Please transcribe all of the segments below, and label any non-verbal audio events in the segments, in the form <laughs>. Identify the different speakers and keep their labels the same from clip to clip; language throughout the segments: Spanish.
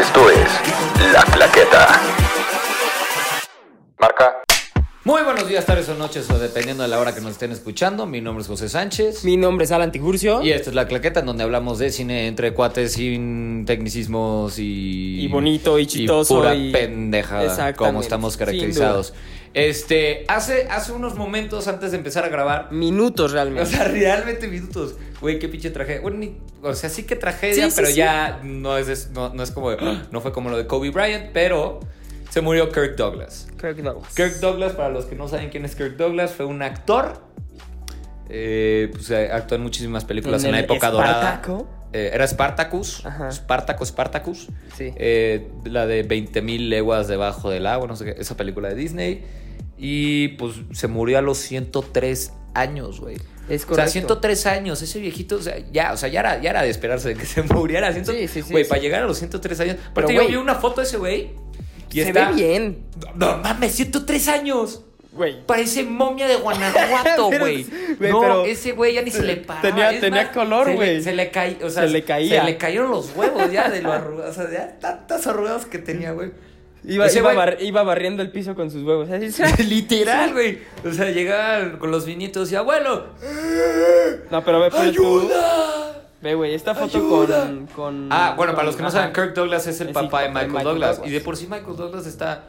Speaker 1: Esto es La Claqueta. Marca.
Speaker 2: Muy buenos días, tardes o noches, o dependiendo de la hora que nos estén escuchando. Mi nombre es José Sánchez.
Speaker 3: Mi nombre es Alan Tiburcio.
Speaker 2: Y esta es La Claqueta, en donde hablamos de cine entre cuates, sin tecnicismos y...
Speaker 3: Y bonito, y chistoso,
Speaker 2: Y pura
Speaker 3: y-
Speaker 2: pendejada,
Speaker 3: Exactamente,
Speaker 2: como estamos
Speaker 3: sin
Speaker 2: caracterizados. Este, hace, hace unos momentos antes de empezar a grabar...
Speaker 3: Minutos
Speaker 2: O
Speaker 3: realmente.
Speaker 2: sea, realmente minutos. Güey, qué pinche tragedia. Bueno, ni- o sea, sí que tragedia,
Speaker 3: Sí, sí,
Speaker 2: pero
Speaker 3: sí.
Speaker 2: ya no es, des- no, no es como... <gasps> No fue como lo de Kobe Bryant, pero se murió Kirk Douglas.
Speaker 3: Creo que no.
Speaker 2: Kirk Douglas, para los que no saben quién es Kirk Douglas, fue un actor. Eh, pues eh, actuó en muchísimas películas en,
Speaker 3: En
Speaker 2: la
Speaker 3: el
Speaker 2: época
Speaker 3: Espartaco.
Speaker 2: dorada. Eh, era Spartacus.
Speaker 3: Ajá.
Speaker 2: Spartaco, Spartacus.
Speaker 3: Sí.
Speaker 2: Eh, la de 20.000 leguas debajo del agua, no sé qué. Esa película de Disney. Y pues se murió a los 103 años, güey.
Speaker 3: Es
Speaker 2: O sea,
Speaker 3: correcto.
Speaker 2: 103 años, ese viejito, o sea, ya, o sea, ya era, ya era de esperarse de que se <laughs> muriera. Ciento-
Speaker 3: Sí, sí, sí,
Speaker 2: Güey,
Speaker 3: sí.
Speaker 2: para llegar a los 103 años. Pero yo
Speaker 3: güey,
Speaker 2: vi una foto de ese güey. Y
Speaker 3: Se
Speaker 2: está
Speaker 3: ve bien.
Speaker 2: no mames, 103 años.
Speaker 3: Güey.
Speaker 2: Parece momia de
Speaker 3: <laughs>
Speaker 2: Guanajuato,
Speaker 3: Pero,
Speaker 2: güey.
Speaker 3: güey,
Speaker 2: No,
Speaker 3: pero-
Speaker 2: ese güey ya ni se le paraba.
Speaker 3: Tenía-
Speaker 2: Es
Speaker 3: tenía
Speaker 2: más,
Speaker 3: color,
Speaker 2: se le-
Speaker 3: güey.
Speaker 2: Se le caía, o sea,
Speaker 3: Se le caía.
Speaker 2: Se le cayeron los huevos ya de lo arrugado. O sea, ya tantas arrugadas que tenía, güey.
Speaker 3: Iba,
Speaker 2: Ese
Speaker 3: iba
Speaker 2: güey-
Speaker 3: barri- iba barriendo el piso con sus huevos.
Speaker 2: <laughs>
Speaker 3: Así,
Speaker 2: Literal, güey. O sea, llegaba con los vinitos y abuelo,
Speaker 3: No, pero ve, pero
Speaker 2: ¡ayuda!
Speaker 3: Ve, güey, esta foto
Speaker 2: ¡Ayuda!
Speaker 3: con, con-
Speaker 2: Ah, bueno, para los que no
Speaker 3: ajá.
Speaker 2: saben, Kirk Douglas es el
Speaker 3: Es
Speaker 2: papá de
Speaker 3: hijo de
Speaker 2: Michael,
Speaker 3: Michael
Speaker 2: Douglas.
Speaker 3: Douglas.
Speaker 2: Y de por sí Michael Douglas está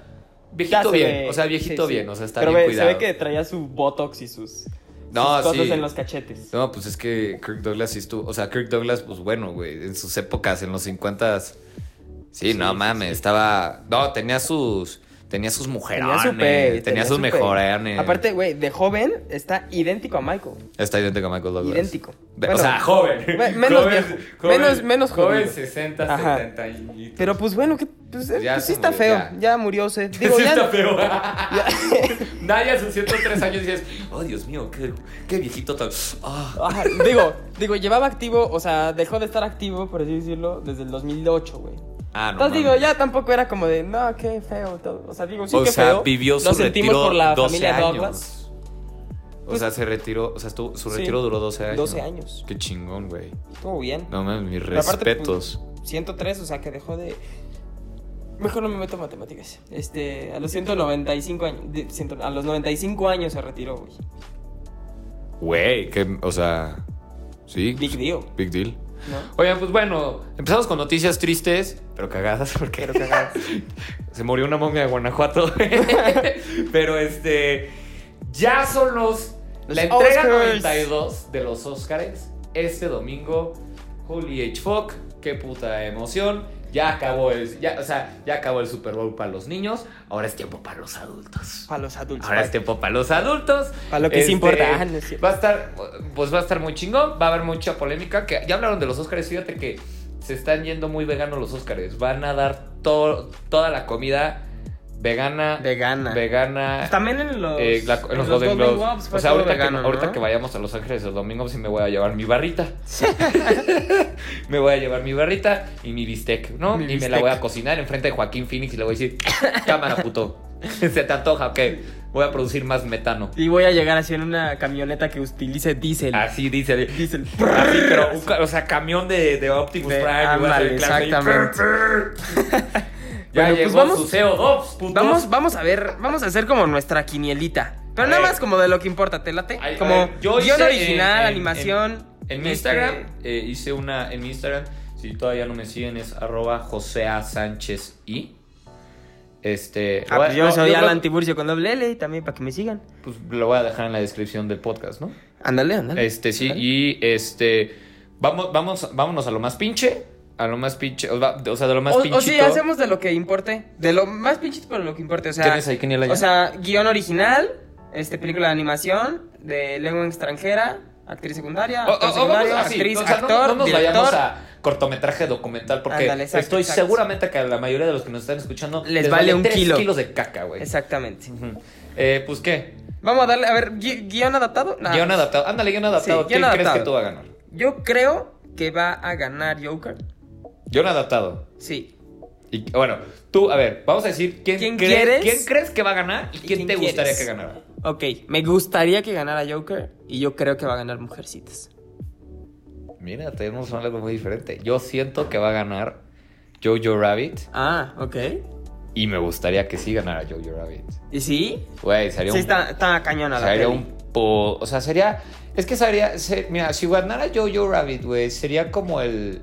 Speaker 3: Ya
Speaker 2: viejito
Speaker 3: se
Speaker 2: bien.
Speaker 3: ve-
Speaker 2: O sea, viejito
Speaker 3: sí, sí.
Speaker 2: bien. O sea, está
Speaker 3: pero
Speaker 2: bien
Speaker 3: ve,
Speaker 2: cuidado.
Speaker 3: Se ve que traía su botox y sus,
Speaker 2: No,
Speaker 3: sus cosas
Speaker 2: sí.
Speaker 3: en los cachetes.
Speaker 2: No, pues es que Kirk Douglas sí estuvo. O sea, Kirk Douglas, pues bueno, güey, en sus épocas, en los 50 Sí, no
Speaker 3: sí,
Speaker 2: mames, estaba. No, tenía sus. Tenía sus mujerones.
Speaker 3: Tenía
Speaker 2: Tenía,
Speaker 3: su pez, tenía
Speaker 2: sus
Speaker 3: su pez.
Speaker 2: mejorones.
Speaker 3: Aparte, güey, de joven está idéntico a Michael.
Speaker 2: Está idéntico a Michael Douglas.
Speaker 3: Idéntico.
Speaker 2: Ve-
Speaker 3: Bueno,
Speaker 2: o sea, <laughs> joven.
Speaker 3: ve- menos viejo, menos- menos
Speaker 2: joven.
Speaker 3: jodido.
Speaker 2: 60,
Speaker 3: Ajá.
Speaker 2: 70 y. <laughs>
Speaker 3: Pero pues bueno, que pues, eh,
Speaker 2: Ya
Speaker 3: pues,
Speaker 2: se
Speaker 3: sí está
Speaker 2: murió,
Speaker 3: feo.
Speaker 2: ya.
Speaker 3: Ya, <laughs> murióse. Digo,
Speaker 2: Digo,
Speaker 3: ya,
Speaker 2: está feo. Nadie a sus 103 años dices, oh Dios mío, qué, qué viejito tan. Ah.
Speaker 3: Ajá, digo, digo, llevaba activo, o sea, dejó de estar activo, por así decirlo, desde el 2008, güey.
Speaker 2: Ah, no.
Speaker 3: Entonces digo,
Speaker 2: mames.
Speaker 3: ya tampoco era como de, no, qué feo todo. O sea, digo, Pues sí
Speaker 2: o
Speaker 3: que
Speaker 2: sea,
Speaker 3: feo.
Speaker 2: vivió su
Speaker 3: Lo sentimos
Speaker 2: retiro
Speaker 3: por la
Speaker 2: 12
Speaker 3: familia
Speaker 2: años.
Speaker 3: Douglas. Pues
Speaker 2: O sea, se retiró, o sea, estuvo- su
Speaker 3: Sí.
Speaker 2: retiro duró 12 años.
Speaker 3: 12 años.
Speaker 2: Qué chingón, güey.
Speaker 3: Estuvo bien.
Speaker 2: No mames, mis
Speaker 3: Pero aparte, pues,
Speaker 2: respetos.
Speaker 3: 103, o sea, que dejó de Mejor no me meto en matemáticas. Este, a los 195 años, de- ciento- a los 95 años se retiró, güey.
Speaker 2: Güey, que, o sea, sí. pues,
Speaker 3: Big deal,
Speaker 2: Big deal.
Speaker 3: ¿no?
Speaker 2: Oigan, pues bueno, empezamos con noticias tristes, pero cagadas, porque
Speaker 3: Pero cagadas.
Speaker 2: <laughs> se murió una momia de Guanajuato. <laughs> pero este, ya son los,
Speaker 3: Los
Speaker 2: la entrega
Speaker 3: Oscars.
Speaker 2: 92 de los Oscars este domingo. Holy H. Fuck, qué puta emoción. Ya acabó el, ya, o sea, ya acabó el Super Bowl para los niños, ahora es tiempo para los adultos.
Speaker 3: Para los adultos.
Speaker 2: Ahora este es tiempo para los adultos.
Speaker 3: Pa' lo que sí importa. Ah, no es cierto.
Speaker 2: Va a estar, pues va a estar muy chingón. Va a haber mucha polémica. Que ya hablaron de los Óscares. Fíjate que se están yendo muy veganos los Óscares. Van a dar to- toda la comida vegana.
Speaker 3: Vegana.
Speaker 2: Vegana.
Speaker 3: Pues También en los,
Speaker 2: eh, la- en los, Golden, Globes.
Speaker 3: fue
Speaker 2: o sea,
Speaker 3: todo
Speaker 2: ahorita,
Speaker 3: vegano,
Speaker 2: que,
Speaker 3: ¿no?
Speaker 2: ahorita que vayamos a Los Ángeles el domingo, sí me voy a llevar mi barrita. <laughs> me voy a llevar mi barrita y mi bistec, ¿no?
Speaker 3: Mi
Speaker 2: y me la
Speaker 3: bistec.
Speaker 2: voy a cocinar enfrente de Joaquín Phoenix y le voy a decir, cámara, puto. <laughs> Se te antoja, ok. Voy a producir más metano.
Speaker 3: Y voy a llegar así en una camioneta que utilice diésel.
Speaker 2: Así dice.
Speaker 3: Diésel.
Speaker 2: Así, pero, un ca- o sea, camión de, de Optimus
Speaker 3: De-
Speaker 2: Ah, Prime. y voy a hacer
Speaker 3: ándale,
Speaker 2: clase ahí. ya
Speaker 3: Bueno, pues
Speaker 2: llegó
Speaker 3: vamos-
Speaker 2: su CO2, putos.
Speaker 3: Vamos, vamos a ver, vamos a hacer como nuestra quinielita. Pero
Speaker 2: A
Speaker 3: nada
Speaker 2: ver.
Speaker 3: más como de lo que importa, te late.
Speaker 2: Ay,
Speaker 3: como
Speaker 2: a ver, yo
Speaker 3: guión
Speaker 2: hice
Speaker 3: original,
Speaker 2: en- en-
Speaker 3: animación.
Speaker 2: En mi
Speaker 3: este,
Speaker 2: Instagram eh, hice una. En mi Instagram, si todavía no me siguen, es arroba Josea Sánchez I. Este.
Speaker 3: Ah,
Speaker 2: lo voy a-
Speaker 3: pues yo
Speaker 2: no,
Speaker 3: soy
Speaker 2: lo-
Speaker 3: Alan Tiburcio con doble L y también para que me sigan.
Speaker 2: Pues lo voy a dejar en la descripción del podcast, ¿no?
Speaker 3: Ándale, ándale.
Speaker 2: Este, sí,
Speaker 3: Ándale.
Speaker 2: y este. Vamos, vamos, vámonos a lo más pinche. A lo más pinche. O, va- o sea, de lo más
Speaker 3: O,
Speaker 2: pinchito.
Speaker 3: o sí, hacemos de lo que importe. De lo más pinchito, pero lo que importe. O sea,
Speaker 2: ¿Tienes ahí Keniel allá?
Speaker 3: o sea guión original, este, película de animación, de lengua extranjera, actriz Ah, secundaria,
Speaker 2: O- o-
Speaker 3: actor
Speaker 2: o Oh, vamos
Speaker 3: secundario,
Speaker 2: así,
Speaker 3: actriz,
Speaker 2: o sea, no-
Speaker 3: actor,
Speaker 2: no, nos
Speaker 3: director.
Speaker 2: vayamos a cortometraje documental porque
Speaker 3: Ándale, exacto,
Speaker 2: estoy
Speaker 3: exacto.
Speaker 2: seguramente que a la mayoría de los que nos están escuchando
Speaker 3: Les vale un
Speaker 2: tres
Speaker 3: kilo.
Speaker 2: kilos de caca, güey.
Speaker 3: Exactamente.
Speaker 2: Ujú. Eh, pues qué,
Speaker 3: Vamos a darle, a ver, gui- guión adaptado. Nah.
Speaker 2: guión adaptado. Ándale, guión adaptado.
Speaker 3: Sí,
Speaker 2: ¿Quién
Speaker 3: guión
Speaker 2: crees que
Speaker 3: adaptado.
Speaker 2: tú va a ganar?
Speaker 3: Yo creo que va a ganar Joker.
Speaker 2: Guión adaptado.
Speaker 3: Sí.
Speaker 2: Y bueno, tú, a ver, vamos a decir quién,
Speaker 3: ¿Quién
Speaker 2: cree-
Speaker 3: quieres?
Speaker 2: quién crees que va a ganar y quién,
Speaker 3: quién
Speaker 2: te gustaría
Speaker 3: quieres?
Speaker 2: que ganara.
Speaker 3: Ok, me gustaría que ganara Joker y yo creo que va a ganar Mujercitas.
Speaker 2: Mira, tenemos algo muy diferente. Yo siento que va a ganar Jojo Rabbit.
Speaker 3: Ah, ok.
Speaker 2: Y me gustaría que sí ganara Jojo Rabbit.
Speaker 3: ¿Y sí?
Speaker 2: Güey, sería
Speaker 3: Sí,
Speaker 2: un.
Speaker 3: está, está cañona la
Speaker 2: sería
Speaker 3: peli.
Speaker 2: un po- O sea, sería. Es que sería. se- mira, si ganara Jojo Rabbit, güey, sería como el.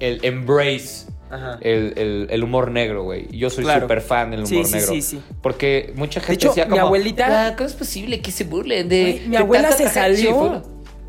Speaker 2: El embrace.
Speaker 3: Ajá.
Speaker 2: El, el- el humor negro, güey. Y Yo soy
Speaker 3: Claro.
Speaker 2: súper fan del humor
Speaker 3: Sí, sí,
Speaker 2: negro.
Speaker 3: sí, sí.
Speaker 2: Porque mucha gente
Speaker 3: hecho,
Speaker 2: decía
Speaker 3: mi
Speaker 2: como.
Speaker 3: abuelita-
Speaker 2: "Ah, ¿Cómo es posible que se burlen de.?
Speaker 3: Güey, mi
Speaker 2: de
Speaker 3: abuela
Speaker 2: tanta
Speaker 3: se
Speaker 2: caca?" Sí,
Speaker 3: salió.
Speaker 2: fue-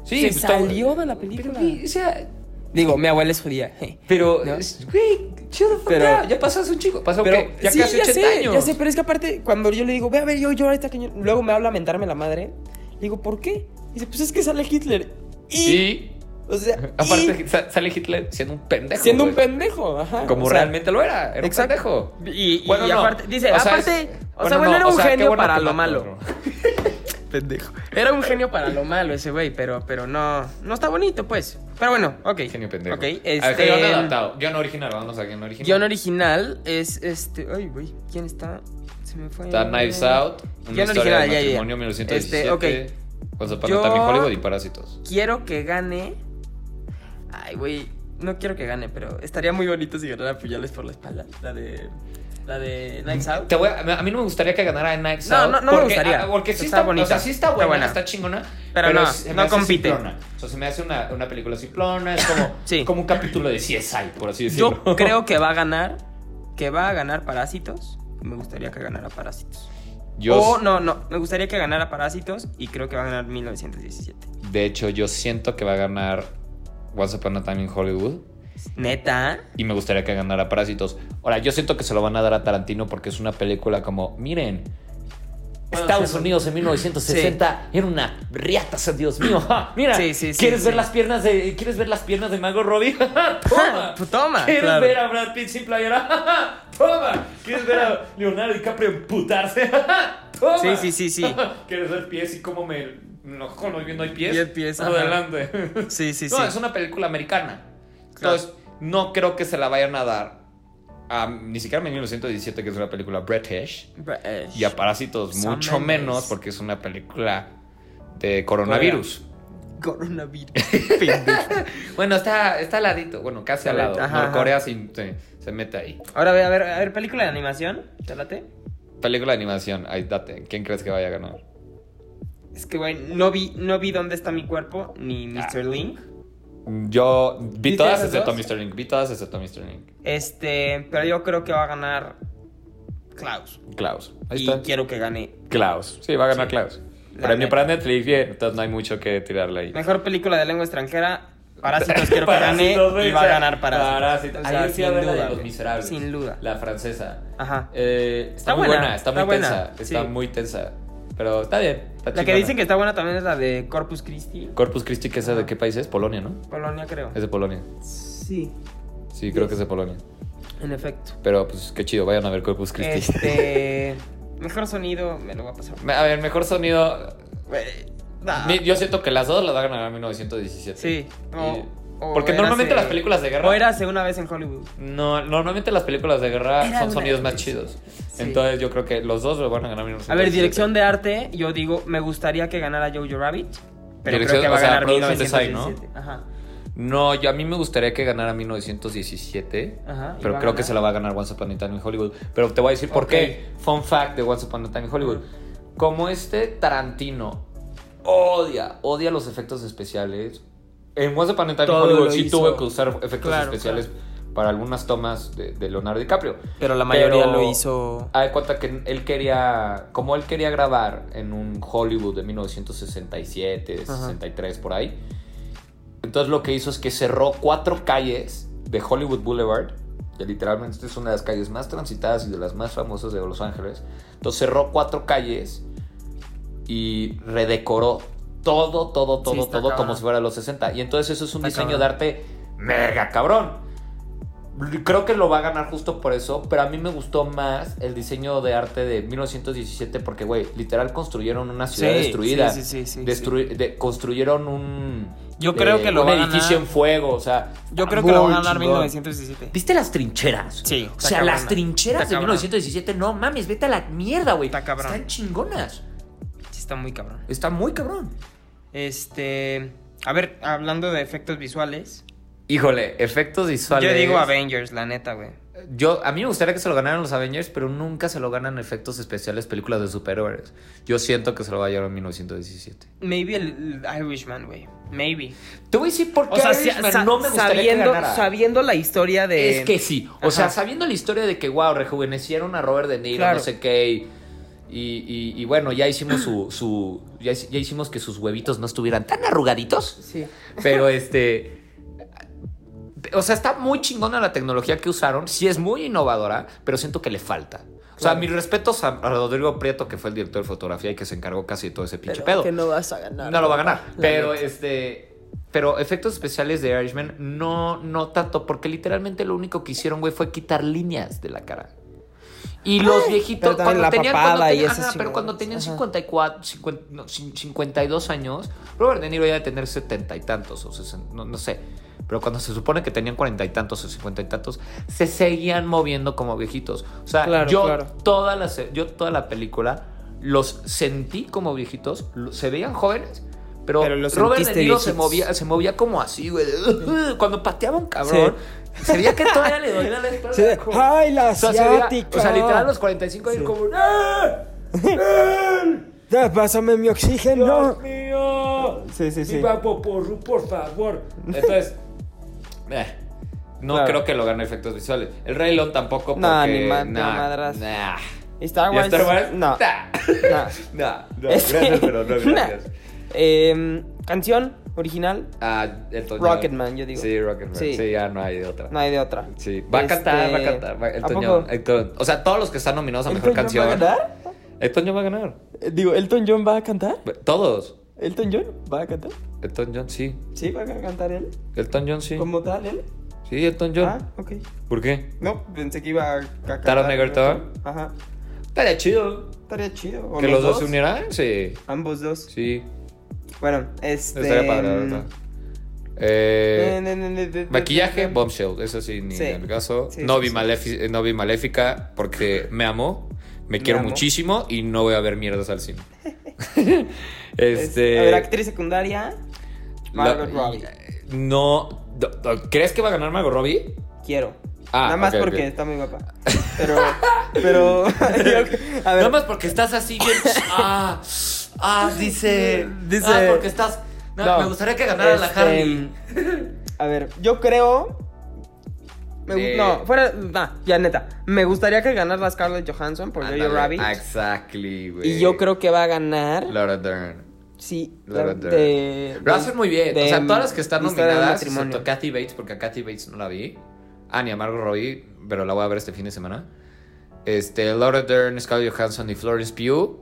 Speaker 2: Sí,
Speaker 3: Se
Speaker 2: pues, está-
Speaker 3: salió de la película.
Speaker 2: Pero, o sea,
Speaker 3: Digo, mi abuela es judía. je.
Speaker 2: Pero,
Speaker 3: ¿No?
Speaker 2: es- güey, chill the fuck
Speaker 3: Pero-
Speaker 2: out, ya pasas un chico. Pasó
Speaker 3: Pero,
Speaker 2: ¿qué? ya
Speaker 3: sí,
Speaker 2: casi 80
Speaker 3: sé,
Speaker 2: años.
Speaker 3: Ya sé, pero es que aparte, cuando yo le digo, ve a ver, yo, yo, ahorita que yo-", Luego me habla a mentarme la madre. Le digo, ¿por qué? Dice, pues es que sale Hitler. Y.
Speaker 2: Y,
Speaker 3: O sea,
Speaker 2: <laughs> aparte,
Speaker 3: y-
Speaker 2: sa- sale Hitler siendo un pendejo.
Speaker 3: siendo un
Speaker 2: güey.
Speaker 3: pendejo, ajá.
Speaker 2: Como
Speaker 3: o sea,
Speaker 2: realmente lo era, era un
Speaker 3: exacto.
Speaker 2: pendejo.
Speaker 3: Y, y-
Speaker 2: Bueno,
Speaker 3: y
Speaker 2: no,
Speaker 3: aparte, dice,
Speaker 2: o sea,
Speaker 3: aparte.
Speaker 2: es-
Speaker 3: o
Speaker 2: bueno,
Speaker 3: sea, bueno,
Speaker 2: no,
Speaker 3: era
Speaker 2: o
Speaker 3: un
Speaker 2: sea, qué
Speaker 3: genio
Speaker 2: bueno
Speaker 3: para
Speaker 2: que
Speaker 3: lo
Speaker 2: mató, ¿no?
Speaker 3: malo. <laughs> Pendejo. Era un genio para lo malo ese güey, pero, pero no. No está bonito, pues. Pero bueno, ok.
Speaker 2: Genio pendejo.
Speaker 3: Ok,
Speaker 2: A ver,
Speaker 3: este.
Speaker 2: guión adaptado. Guión original, vamos a guión original.
Speaker 3: Guión original es este. Ay, güey. ¿Quién está? Se me fue.
Speaker 2: Está Knives Out. Una
Speaker 3: Guión
Speaker 2: historia
Speaker 3: original, ya,
Speaker 2: de
Speaker 3: ya, ya.
Speaker 2: matrimonio 1917.
Speaker 3: Este, ok.
Speaker 2: Con
Speaker 3: Yo-
Speaker 2: Zapata también Hollywood y Parásitos.
Speaker 3: Quiero que gane. Ay, güey. No quiero que gane, pero estaría muy bonito si ganara Puyales por la espalda. La de. La de Knives Out.
Speaker 2: Te voy a, a mí no me gustaría que ganara Knives
Speaker 3: No,
Speaker 2: Out.
Speaker 3: no, no me
Speaker 2: porque,
Speaker 3: gustaría.
Speaker 2: ah, porque sí
Speaker 3: Está
Speaker 2: está,
Speaker 3: bonita.
Speaker 2: O sea, sí está
Speaker 3: Está
Speaker 2: buena, está,
Speaker 3: buena.
Speaker 2: chingona.
Speaker 3: Pero no,
Speaker 2: se me
Speaker 3: no
Speaker 2: hace
Speaker 3: compite.
Speaker 2: simplona. O sea, se me hace una, una película simplona. Es como,
Speaker 3: Sí.
Speaker 2: como un capítulo de CSI, por así decirlo.
Speaker 3: Yo creo que va a ganar. Que va a ganar Parásitos. Me gustaría que ganara Parásitos.
Speaker 2: Yo-
Speaker 3: O no, no. Me gustaría que ganara Parásitos. Y creo que va a ganar 1917.
Speaker 2: De hecho, yo siento que va a ganar Once Upon a Time in Hollywood.
Speaker 3: Neta.
Speaker 2: Y me gustaría que ganara Parásitos. Ahora, yo siento que se lo van a dar a Tarantino porque es una película como, miren,
Speaker 3: Bueno,
Speaker 2: Estados
Speaker 3: sí.
Speaker 2: Unidos en 1960 era una riata, San Dios mío. <laughs> Ja, mira,
Speaker 3: Sí, sí, sí,
Speaker 2: ¿quieres
Speaker 3: sí.
Speaker 2: ver las piernas de quieres ver las piernas de Mago Robbie? <laughs> Ja, ja, Toma.
Speaker 3: Pues <laughs> toma,
Speaker 2: ¿Quieres
Speaker 3: claro.
Speaker 2: ver a Brad Pitt sin playera? <laughs> Ja, ja, Toma. ¿Quieres ver a Leonardo DiCaprio emputarse? <laughs> Ja, ja, Toma.
Speaker 3: Sí, sí, sí, sí.
Speaker 2: ¿Quieres ver pies y cómo me enojo no viendo hay pies?
Speaker 3: Y el pies, ajá.
Speaker 2: Adelante. <laughs>
Speaker 3: Sí, sí, sí.
Speaker 2: No, es una película americana.
Speaker 3: Claro.
Speaker 2: Entonces, no creo que se la vayan a dar a ni siquiera a 1917, que es una película British,
Speaker 3: eh,
Speaker 2: y a Parásitos
Speaker 3: Sam
Speaker 2: mucho
Speaker 3: Mendes.
Speaker 2: menos, porque es una película de coronavirus.
Speaker 3: Coronavirus. <laughs>
Speaker 2: Bueno, está, está al ladito, bueno, casi al lado.
Speaker 3: Ajá,
Speaker 2: Norcorea se, se- se mete ahí.
Speaker 3: Ahora ve, a ver, a ver, película de animación. ¿Te late?
Speaker 2: Película de animación, ahí date. ¿Quién crees que vaya a ganar?
Speaker 3: Es que, güey, no vi, no vi dónde está mi cuerpo,
Speaker 2: Ah.
Speaker 3: ni Mr. Link.
Speaker 2: Yo vi
Speaker 3: ¿Viste
Speaker 2: todas
Speaker 3: esas
Speaker 2: excepto
Speaker 3: dos?
Speaker 2: Mr. Link, vi todas excepto Mr. Link.
Speaker 3: Este, pero yo creo que va a ganar Klaus.
Speaker 2: Klaus. Ahí
Speaker 3: y
Speaker 2: está.
Speaker 3: quiero que gane.
Speaker 2: Klaus. Sí, va a ganar
Speaker 3: Sí.
Speaker 2: Klaus.
Speaker 3: La
Speaker 2: Premio
Speaker 3: neta.
Speaker 2: para Netflix, bien. Entonces no hay mucho que tirarle ahí.
Speaker 3: Mejor película de lengua extranjera. Parásitos quiero que gane.
Speaker 2: <laughs> Parásitos, güey,
Speaker 3: Y va a
Speaker 2: o sea,
Speaker 3: ganar Parásitos.
Speaker 2: Parásitos.
Speaker 3: O sea,
Speaker 2: Ayer fui a
Speaker 3: sin
Speaker 2: ver la
Speaker 3: duda,
Speaker 2: de Los
Speaker 3: güey.
Speaker 2: Miserables.
Speaker 3: Sin duda.
Speaker 2: La francesa.
Speaker 3: Ajá.
Speaker 2: Eh, está,
Speaker 3: Está
Speaker 2: muy
Speaker 3: buena,
Speaker 2: buena, está muy
Speaker 3: está buena,
Speaker 2: tensa. Está
Speaker 3: sí.
Speaker 2: muy tensa. Pero está bien. está
Speaker 3: La que
Speaker 2: chingona.
Speaker 3: dicen que está buena también es la de Corpus Christi.
Speaker 2: Corpus Christi, que es de qué país es? Polonia, ¿no?
Speaker 3: Polonia, creo.
Speaker 2: Es de Polonia.
Speaker 3: Sí,
Speaker 2: Sí, creo que es de Polonia.
Speaker 3: en efecto.
Speaker 2: Pero pues qué chido, vayan a ver Corpus Christi.
Speaker 3: Este. Mejor sonido, me lo voy a pasar.
Speaker 2: <laughs> A ver, mejor sonido.
Speaker 3: Güey, nah.
Speaker 2: Mi- Yo siento que las dos las va a ganar 1917.
Speaker 3: Sí.
Speaker 2: Y-
Speaker 3: o
Speaker 2: porque
Speaker 3: érase-
Speaker 2: normalmente las películas de guerra.
Speaker 3: O érase una vez en Hollywood.
Speaker 2: No, normalmente las películas de guerra
Speaker 3: Era
Speaker 2: son
Speaker 3: una
Speaker 2: sonidos más
Speaker 3: vez.
Speaker 2: chidos.
Speaker 3: Sí.
Speaker 2: Entonces yo creo que los dos lo van a ganar menos.
Speaker 3: A ver, dirección de arte, yo digo, me gustaría que ganara Jojo Rabbit. Pero creo
Speaker 2: Dirección,
Speaker 3: que va
Speaker 2: o
Speaker 3: a
Speaker 2: sea,
Speaker 3: ganar
Speaker 2: production design,
Speaker 3: 1917. Ajá.
Speaker 2: No, yo, a mí me gustaría que ganara 1917.
Speaker 3: Ajá, ¿y va
Speaker 2: pero
Speaker 3: a
Speaker 2: creo que
Speaker 3: ganar?
Speaker 2: se la va a ganar Once Upon a Time in Hollywood. Pero te voy a decir por
Speaker 3: Ok.
Speaker 2: qué. Fun fact de Once Upon a Time in Hollywood. Como este Tarantino odia, odia los efectos especiales. En Once Upon a Time
Speaker 3: Todo
Speaker 2: in Hollywood
Speaker 3: lo
Speaker 2: sí
Speaker 3: hizo.
Speaker 2: tuvo que usar efectos
Speaker 3: Claro,
Speaker 2: especiales para algunas tomas de, de Leonardo DiCaprio.
Speaker 3: Pero la
Speaker 2: mayoría
Speaker 3: mayoría
Speaker 2: Pero-
Speaker 3: lo
Speaker 2: lo
Speaker 3: hizo.
Speaker 2: Ah, de cuenta que él quería, como él quería grabar en un Hollywood de 1967,
Speaker 3: Ajá.
Speaker 2: 63, por ahí. Entonces lo que hizo es que cerró cuatro calles de Hollywood Boulevard, que literalmente esta es una de las calles más transitadas y de las más famosas de Los Ángeles. Entonces cerró cuatro calles y redecoró todo, todo, todo,
Speaker 3: está
Speaker 2: todo
Speaker 3: cabrón.
Speaker 2: como si fuera de los 60. Y entonces eso es un
Speaker 3: Está
Speaker 2: diseño de
Speaker 3: cabrón.
Speaker 2: arte mega cabrón. Creo que lo va a ganar justo por eso, pero a mí me gustó más el diseño de arte de 1917 porque, güey, literal construyeron una ciudad destruida.
Speaker 3: Sí, sí, sí. sí,
Speaker 2: Destrui- de- construyeron un... eh,
Speaker 3: Yo creo que lo
Speaker 2: un
Speaker 3: va a
Speaker 2: edificio
Speaker 3: ganar-
Speaker 2: en fuego, o sea...
Speaker 3: sí. Yo
Speaker 2: está
Speaker 3: creo que lo va
Speaker 2: muy
Speaker 3: a ganar
Speaker 2: chingón.
Speaker 3: 1917.
Speaker 2: ¿Viste las trincheras?
Speaker 3: Sí,
Speaker 2: O
Speaker 3: está
Speaker 2: sea, las
Speaker 3: cabrona.
Speaker 2: trincheras
Speaker 3: Está
Speaker 2: de
Speaker 3: cabrona.
Speaker 2: 1917, no mames, vete a la mierda, güey.
Speaker 3: Está cabrón.
Speaker 2: Están chingonas.
Speaker 3: Sí, está muy cabrón.
Speaker 2: Está muy cabrón.
Speaker 3: Este. A ver, hablando de efectos visuales.
Speaker 2: Híjole, efectos visuales.
Speaker 4: Yo digo Avengers, la neta, güey.
Speaker 2: Yo, a mí me gustaría que se lo ganaran los Avengers, pero nunca se lo ganan efectos especiales películas de superhéroes. Yo siento que se lo va a llevar en 1917.
Speaker 4: Maybe el, el Irishman, güey. Maybe.
Speaker 2: Te voy a decir por qué
Speaker 4: si-
Speaker 2: Irishman
Speaker 4: sa-
Speaker 2: no me gustaría que
Speaker 4: sabiendo,
Speaker 2: ganara.
Speaker 4: sabiendo la historia de.
Speaker 2: Es que sí. O sea,
Speaker 4: Ajá.
Speaker 2: sabiendo la historia de que, wow, rejuvenecieron a Robert De Niro,
Speaker 4: Claro.
Speaker 2: no sé qué. Y, y- y- y bueno, ya hicimos su. su ya, hic- ya hicimos que sus huevitos no estuvieran tan arrugaditos.
Speaker 4: Sí.
Speaker 2: Pero este. O sea, está muy chingona la tecnología que usaron. Sí, es muy innovadora, pero siento que le falta. O sea,
Speaker 3: Claro.
Speaker 2: mis respetos a a Rodrigo Prieto, que fue el director de fotografía y que se encargó casi de todo ese pinche
Speaker 3: Pero
Speaker 2: pedo.
Speaker 3: que no vas a ganar.
Speaker 2: No lo va a ganar.
Speaker 3: La
Speaker 2: Pero
Speaker 3: neta.
Speaker 2: este. Pero efectos especiales de Irishman no, no tanto, porque literalmente lo único que hicieron, güey, fue quitar líneas de la cara. Y los viejitos,
Speaker 3: pero también
Speaker 2: cuando
Speaker 3: la
Speaker 2: tenían,
Speaker 3: papada
Speaker 2: cuando
Speaker 3: y
Speaker 2: tenían-
Speaker 3: esas
Speaker 2: ajá, pero cuando
Speaker 3: chingaderas,
Speaker 2: tenían
Speaker 3: ajá.
Speaker 2: 54, 50, no, cin- 52 años, Robert De Niro ya de tener setenta y tantos, o sesen- no, no sé. Pero cuando se supone que tenían cuarenta y tantos o cincuenta y tantos, se seguían moviendo como viejitos. O sea,
Speaker 3: Claro,
Speaker 2: yo,
Speaker 3: claro.
Speaker 2: Toda la, se- yo toda la película los sentí como viejitos, lo- se veían jóvenes, pero,
Speaker 4: Pero los
Speaker 2: Robert De
Speaker 4: sentiste
Speaker 2: Niro se
Speaker 4: viejitos.
Speaker 2: movía, se movía como así, güey. <laughs> de- Cuando pateaba un cabrón, se veía que todavía le dolía la espalda.
Speaker 3: Sí, de,
Speaker 2: como-
Speaker 3: ¡Ay, la
Speaker 2: o sea, se veía-
Speaker 3: asiática!
Speaker 2: o sea, literal, a los 45 años,
Speaker 3: Sí.
Speaker 2: como. ¡Ah!
Speaker 3: Ya, Pásame mi oxígeno.
Speaker 2: ¡Dios mío!
Speaker 3: Sí, sí, sí.
Speaker 2: Mi papo porru, por favor.
Speaker 3: <laughs>
Speaker 2: Entonces, eh, no
Speaker 3: Claro.
Speaker 2: creo que lo gane efectos visuales. El Rey León tampoco. Porque,
Speaker 3: Nah, ni ma- ni
Speaker 2: nah,
Speaker 3: madras.
Speaker 2: nah.
Speaker 3: Star
Speaker 2: ¿Y
Speaker 3: Wars.
Speaker 2: Star Wars?
Speaker 3: No. <laughs>
Speaker 2: Nah.
Speaker 3: no.
Speaker 2: Nah, <laughs> no,
Speaker 3: Ah, Es-
Speaker 2: gracias, pero no gracias.
Speaker 3: Nah. Eh, canción original.
Speaker 2: Ah, entonces-
Speaker 3: Rocketman, yo digo.
Speaker 2: Sí, Rocketman. Sí.
Speaker 3: Sí.
Speaker 2: ya no hay de otra.
Speaker 3: No hay de otra.
Speaker 2: Sí, va a
Speaker 3: Este,
Speaker 2: cantar, va a cantar. va- Elton
Speaker 3: ¿a poco?
Speaker 2: John. Elton- o sea, todos los que están nominados a mejor
Speaker 3: ¿Elton John
Speaker 2: canción.
Speaker 3: va a ganar?
Speaker 2: Elton John va a ganar.
Speaker 3: Eh, Digo, ¿Elton John va a cantar?
Speaker 2: Todos.
Speaker 3: ¿Elton John va a cantar?
Speaker 2: Elton John, sí.
Speaker 3: Sí, va a cantar él.
Speaker 2: Elton John, sí.
Speaker 3: ¿Como tal él?
Speaker 2: Sí, Elton John.
Speaker 3: Ah, ok.
Speaker 2: ¿Por qué?
Speaker 3: No, pensé que iba a ca- cantar.
Speaker 2: ¿Taron Egerton?
Speaker 3: Ajá.
Speaker 2: Estaría chido.
Speaker 3: Estaría chido. ¿O
Speaker 2: ¿Que los dos se unieran? Sí.
Speaker 3: Ambos dos.
Speaker 2: Sí.
Speaker 3: Bueno, este.
Speaker 2: Estaría padre, la verdad. Eh,
Speaker 3: verdad.
Speaker 2: maquillaje, bombshell. Eso sí, ni
Speaker 3: Sí.
Speaker 2: en el caso.
Speaker 3: Sí,
Speaker 2: no,
Speaker 3: sí,
Speaker 2: vi
Speaker 3: sí.
Speaker 2: Malefi- eh, no vi Maléfica porque me amó. Me
Speaker 3: Me
Speaker 2: quiero
Speaker 3: amó.
Speaker 2: muchísimo y no voy a ver mierdas al
Speaker 3: <laughs>
Speaker 2: cine.
Speaker 3: Este. A ver,
Speaker 2: este.
Speaker 3: actriz secundaria.
Speaker 2: la-
Speaker 3: Margot Robbie.
Speaker 2: No. do- do- ¿Crees que va a ganar Margot Robbie?
Speaker 3: Quiero.
Speaker 2: Ah,
Speaker 3: Nada más
Speaker 2: ok, ok.
Speaker 3: porque está muy
Speaker 2: <laughs>
Speaker 3: guapa. Pero. Pero. <laughs> yo- a ver.
Speaker 2: Nada más porque estás así bien.
Speaker 3: <laughs>
Speaker 2: ah, ah, dice.
Speaker 3: Dice-
Speaker 2: Ah, porque estás. No,
Speaker 3: No.
Speaker 2: Me gustaría que ganara
Speaker 3: Este,
Speaker 2: la Harley.
Speaker 3: A ver, yo creo. me gu-
Speaker 2: Eh.
Speaker 3: No, fuera. nah, ya neta. Me gustaría que ganara la Scarlett Johansson por Jojo
Speaker 2: Ándale,
Speaker 3: Rabbit.
Speaker 2: Exactly, güey.
Speaker 3: Y yo creo que va a ganar.
Speaker 2: Laura Dern.
Speaker 3: sí.
Speaker 2: La
Speaker 3: la-
Speaker 2: verdad.
Speaker 3: de-
Speaker 2: Lo hacen muy bien.
Speaker 3: Pues, de-
Speaker 2: o sea, todas las que están
Speaker 3: historia del
Speaker 2: nominadas,
Speaker 3: matrimonio.
Speaker 2: excepto Kathy Bates, porque a Kathy Bates no la vi. Ah, ni a Margot Robbie, pero la voy a ver este fin de semana. Este, Laura Dern, Scarlett Johansson y Florence Pugh,